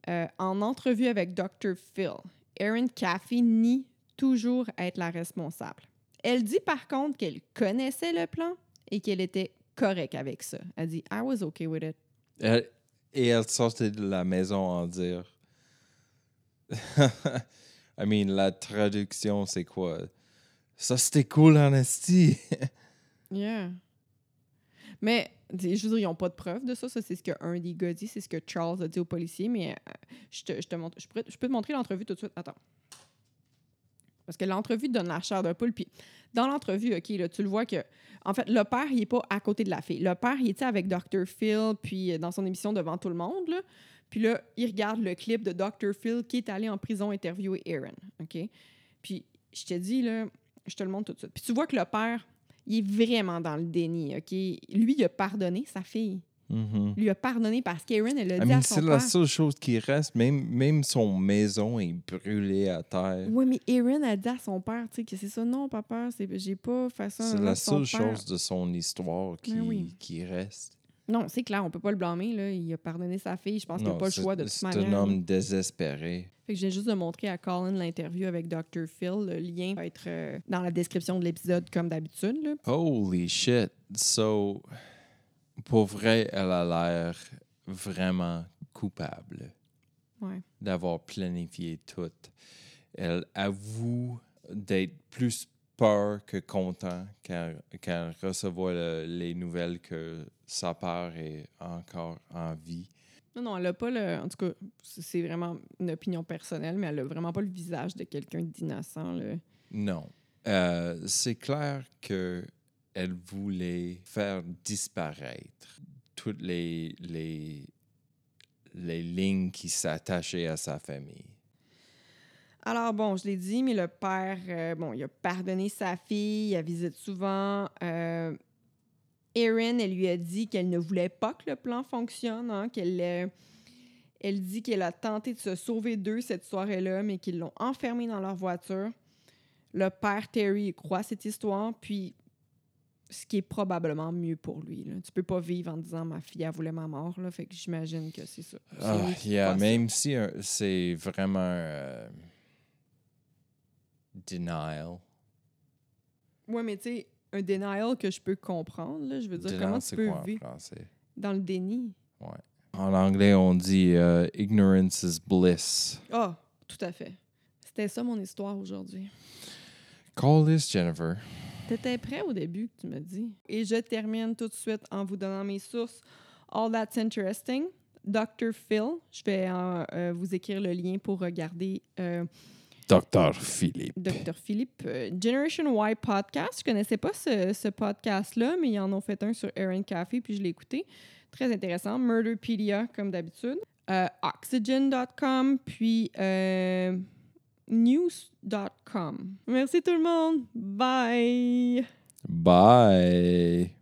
C: Euh, en entrevue avec Dr. Phil, Erin Caffey nie toujours être la responsable. Elle dit par contre qu'elle connaissait le plan et qu'elle était correcte avec ça. Elle dit « I was okay with it
B: Elle- et elle sortait de la maison en dire. <laughs> I mean, la traduction, c'est quoi? Ça, c'était cool en esti. ». <laughs>
C: Yeah. Mais, dis- je veux dire, ils n'ont pas de preuves de ça. Ça, c'est ce qu'un des gars dit, c'est ce que Charles a dit au policier, mais euh, je, te, je, te montre, je, pourrais- je peux te montrer l'entrevue tout de suite. Attends. Parce que l'entrevue donne la chair de poule. Puis dans l'entrevue, OK, là, tu le vois que. En fait, le père, il n'est pas à côté de la fille. Le père, il était avec Dr. Phil, puis euh, dans son émission devant tout le monde. Là. Puis là, il regarde le clip de Dr. Phil qui est allé en prison interviewer Aaron. OK? Puis je te dis, là, je te le montre tout de suite. Puis tu vois que le père, il est vraiment dans le déni. OK? Lui, il a pardonné sa fille.
B: Mhm.
C: Il lui a pardonné parce qu'Aaron, elle a
B: I
C: dit à
B: mean,
C: son
B: Ah, c'est
C: père.
B: la seule chose qui reste. Même, même son maison est brûlée à terre.
C: Oui, mais Erin a dit à son père, tu sais, que c'est ça. Non, papa, c'est, j'ai pas fait ça.
B: C'est
C: non,
B: la
C: son
B: seule
C: père-
B: chose de son histoire qui,
C: Ben oui.
B: qui reste.
C: Non, c'est clair, on peut pas le blâmer, là. Il a pardonné sa fille. Je pense qu'il a
B: Non,
C: pas le
B: c'est-
C: choix de toute
B: C'est
C: manière.
B: un homme désespéré.
C: Fait que j'ai juste de montrer à Colin l'interview avec Dr. Phil. Le lien va être euh, dans la description de l'épisode, comme d'habitude, là.
B: Holy shit. So, pour vrai, elle a l'air vraiment coupable
C: Ouais.
B: d'avoir planifié tout. Elle avoue d'être plus peur que content quand, quand elle recevait le- les nouvelles que sa part est encore en vie.
C: Non, non, elle a pas le. En tout cas, c'est c'est vraiment une opinion personnelle, mais elle a vraiment pas le visage de quelqu'un d'innocent, là.
B: Non. Euh, c'est clair que elle voulait faire disparaître toutes les, les, les lignes qui s'attachaient à sa famille.
C: Alors bon, je l'ai dit, mais le père, euh, bon, il a pardonné sa fille, il la visite souvent. Euh, Erin, elle lui a dit qu'elle ne voulait pas que le plan fonctionne, hein, qu'elle euh, elle dit qu'elle a tenté de se sauver d'eux cette soirée-là, mais qu'ils l'ont enfermée dans leur voiture. Le père Terry il croit à cette histoire, puis ce qui est probablement mieux pour lui. Là. Tu peux pas vivre en disant ma fille, elle voulait ma mort, là, fait que j'imagine que c'est ça. C'est
B: Ah,
C: lui qui
B: yeah,
C: croit à ça.
B: même si euh, c'est vraiment euh, denial.
C: Ouais, mais tu sais, un denial que je peux comprendre, là, je veux dire,
B: Denial,
C: comment
B: c'est
C: tu peux
B: quoi en
C: vivre
B: français?
C: dans le déni?
B: En anglais, on dit euh, ignorance is bliss.
C: Ah, tout à fait. C'était ça mon histoire aujourd'hui.
B: Call this Jennifer.
C: T'étais prêt au début que tu me dis. Et je termine tout de suite en vous donnant mes sources. All That's Interesting, Dr. Phil. Je vais euh, euh, vous écrire le lien pour regarder euh,
B: Docteur Philippe.
C: Dr. Philippe. euh, Generation Y Podcast. Je connaissais pas ce, ce podcast-là, mais ils en ont fait un sur Erin Caffey, puis je l'ai écouté. Très intéressant. Murderpedia, comme d'habitude. Euh, Oxygen.com, puis euh, news.com. Merci tout le monde. Bye!
B: Bye.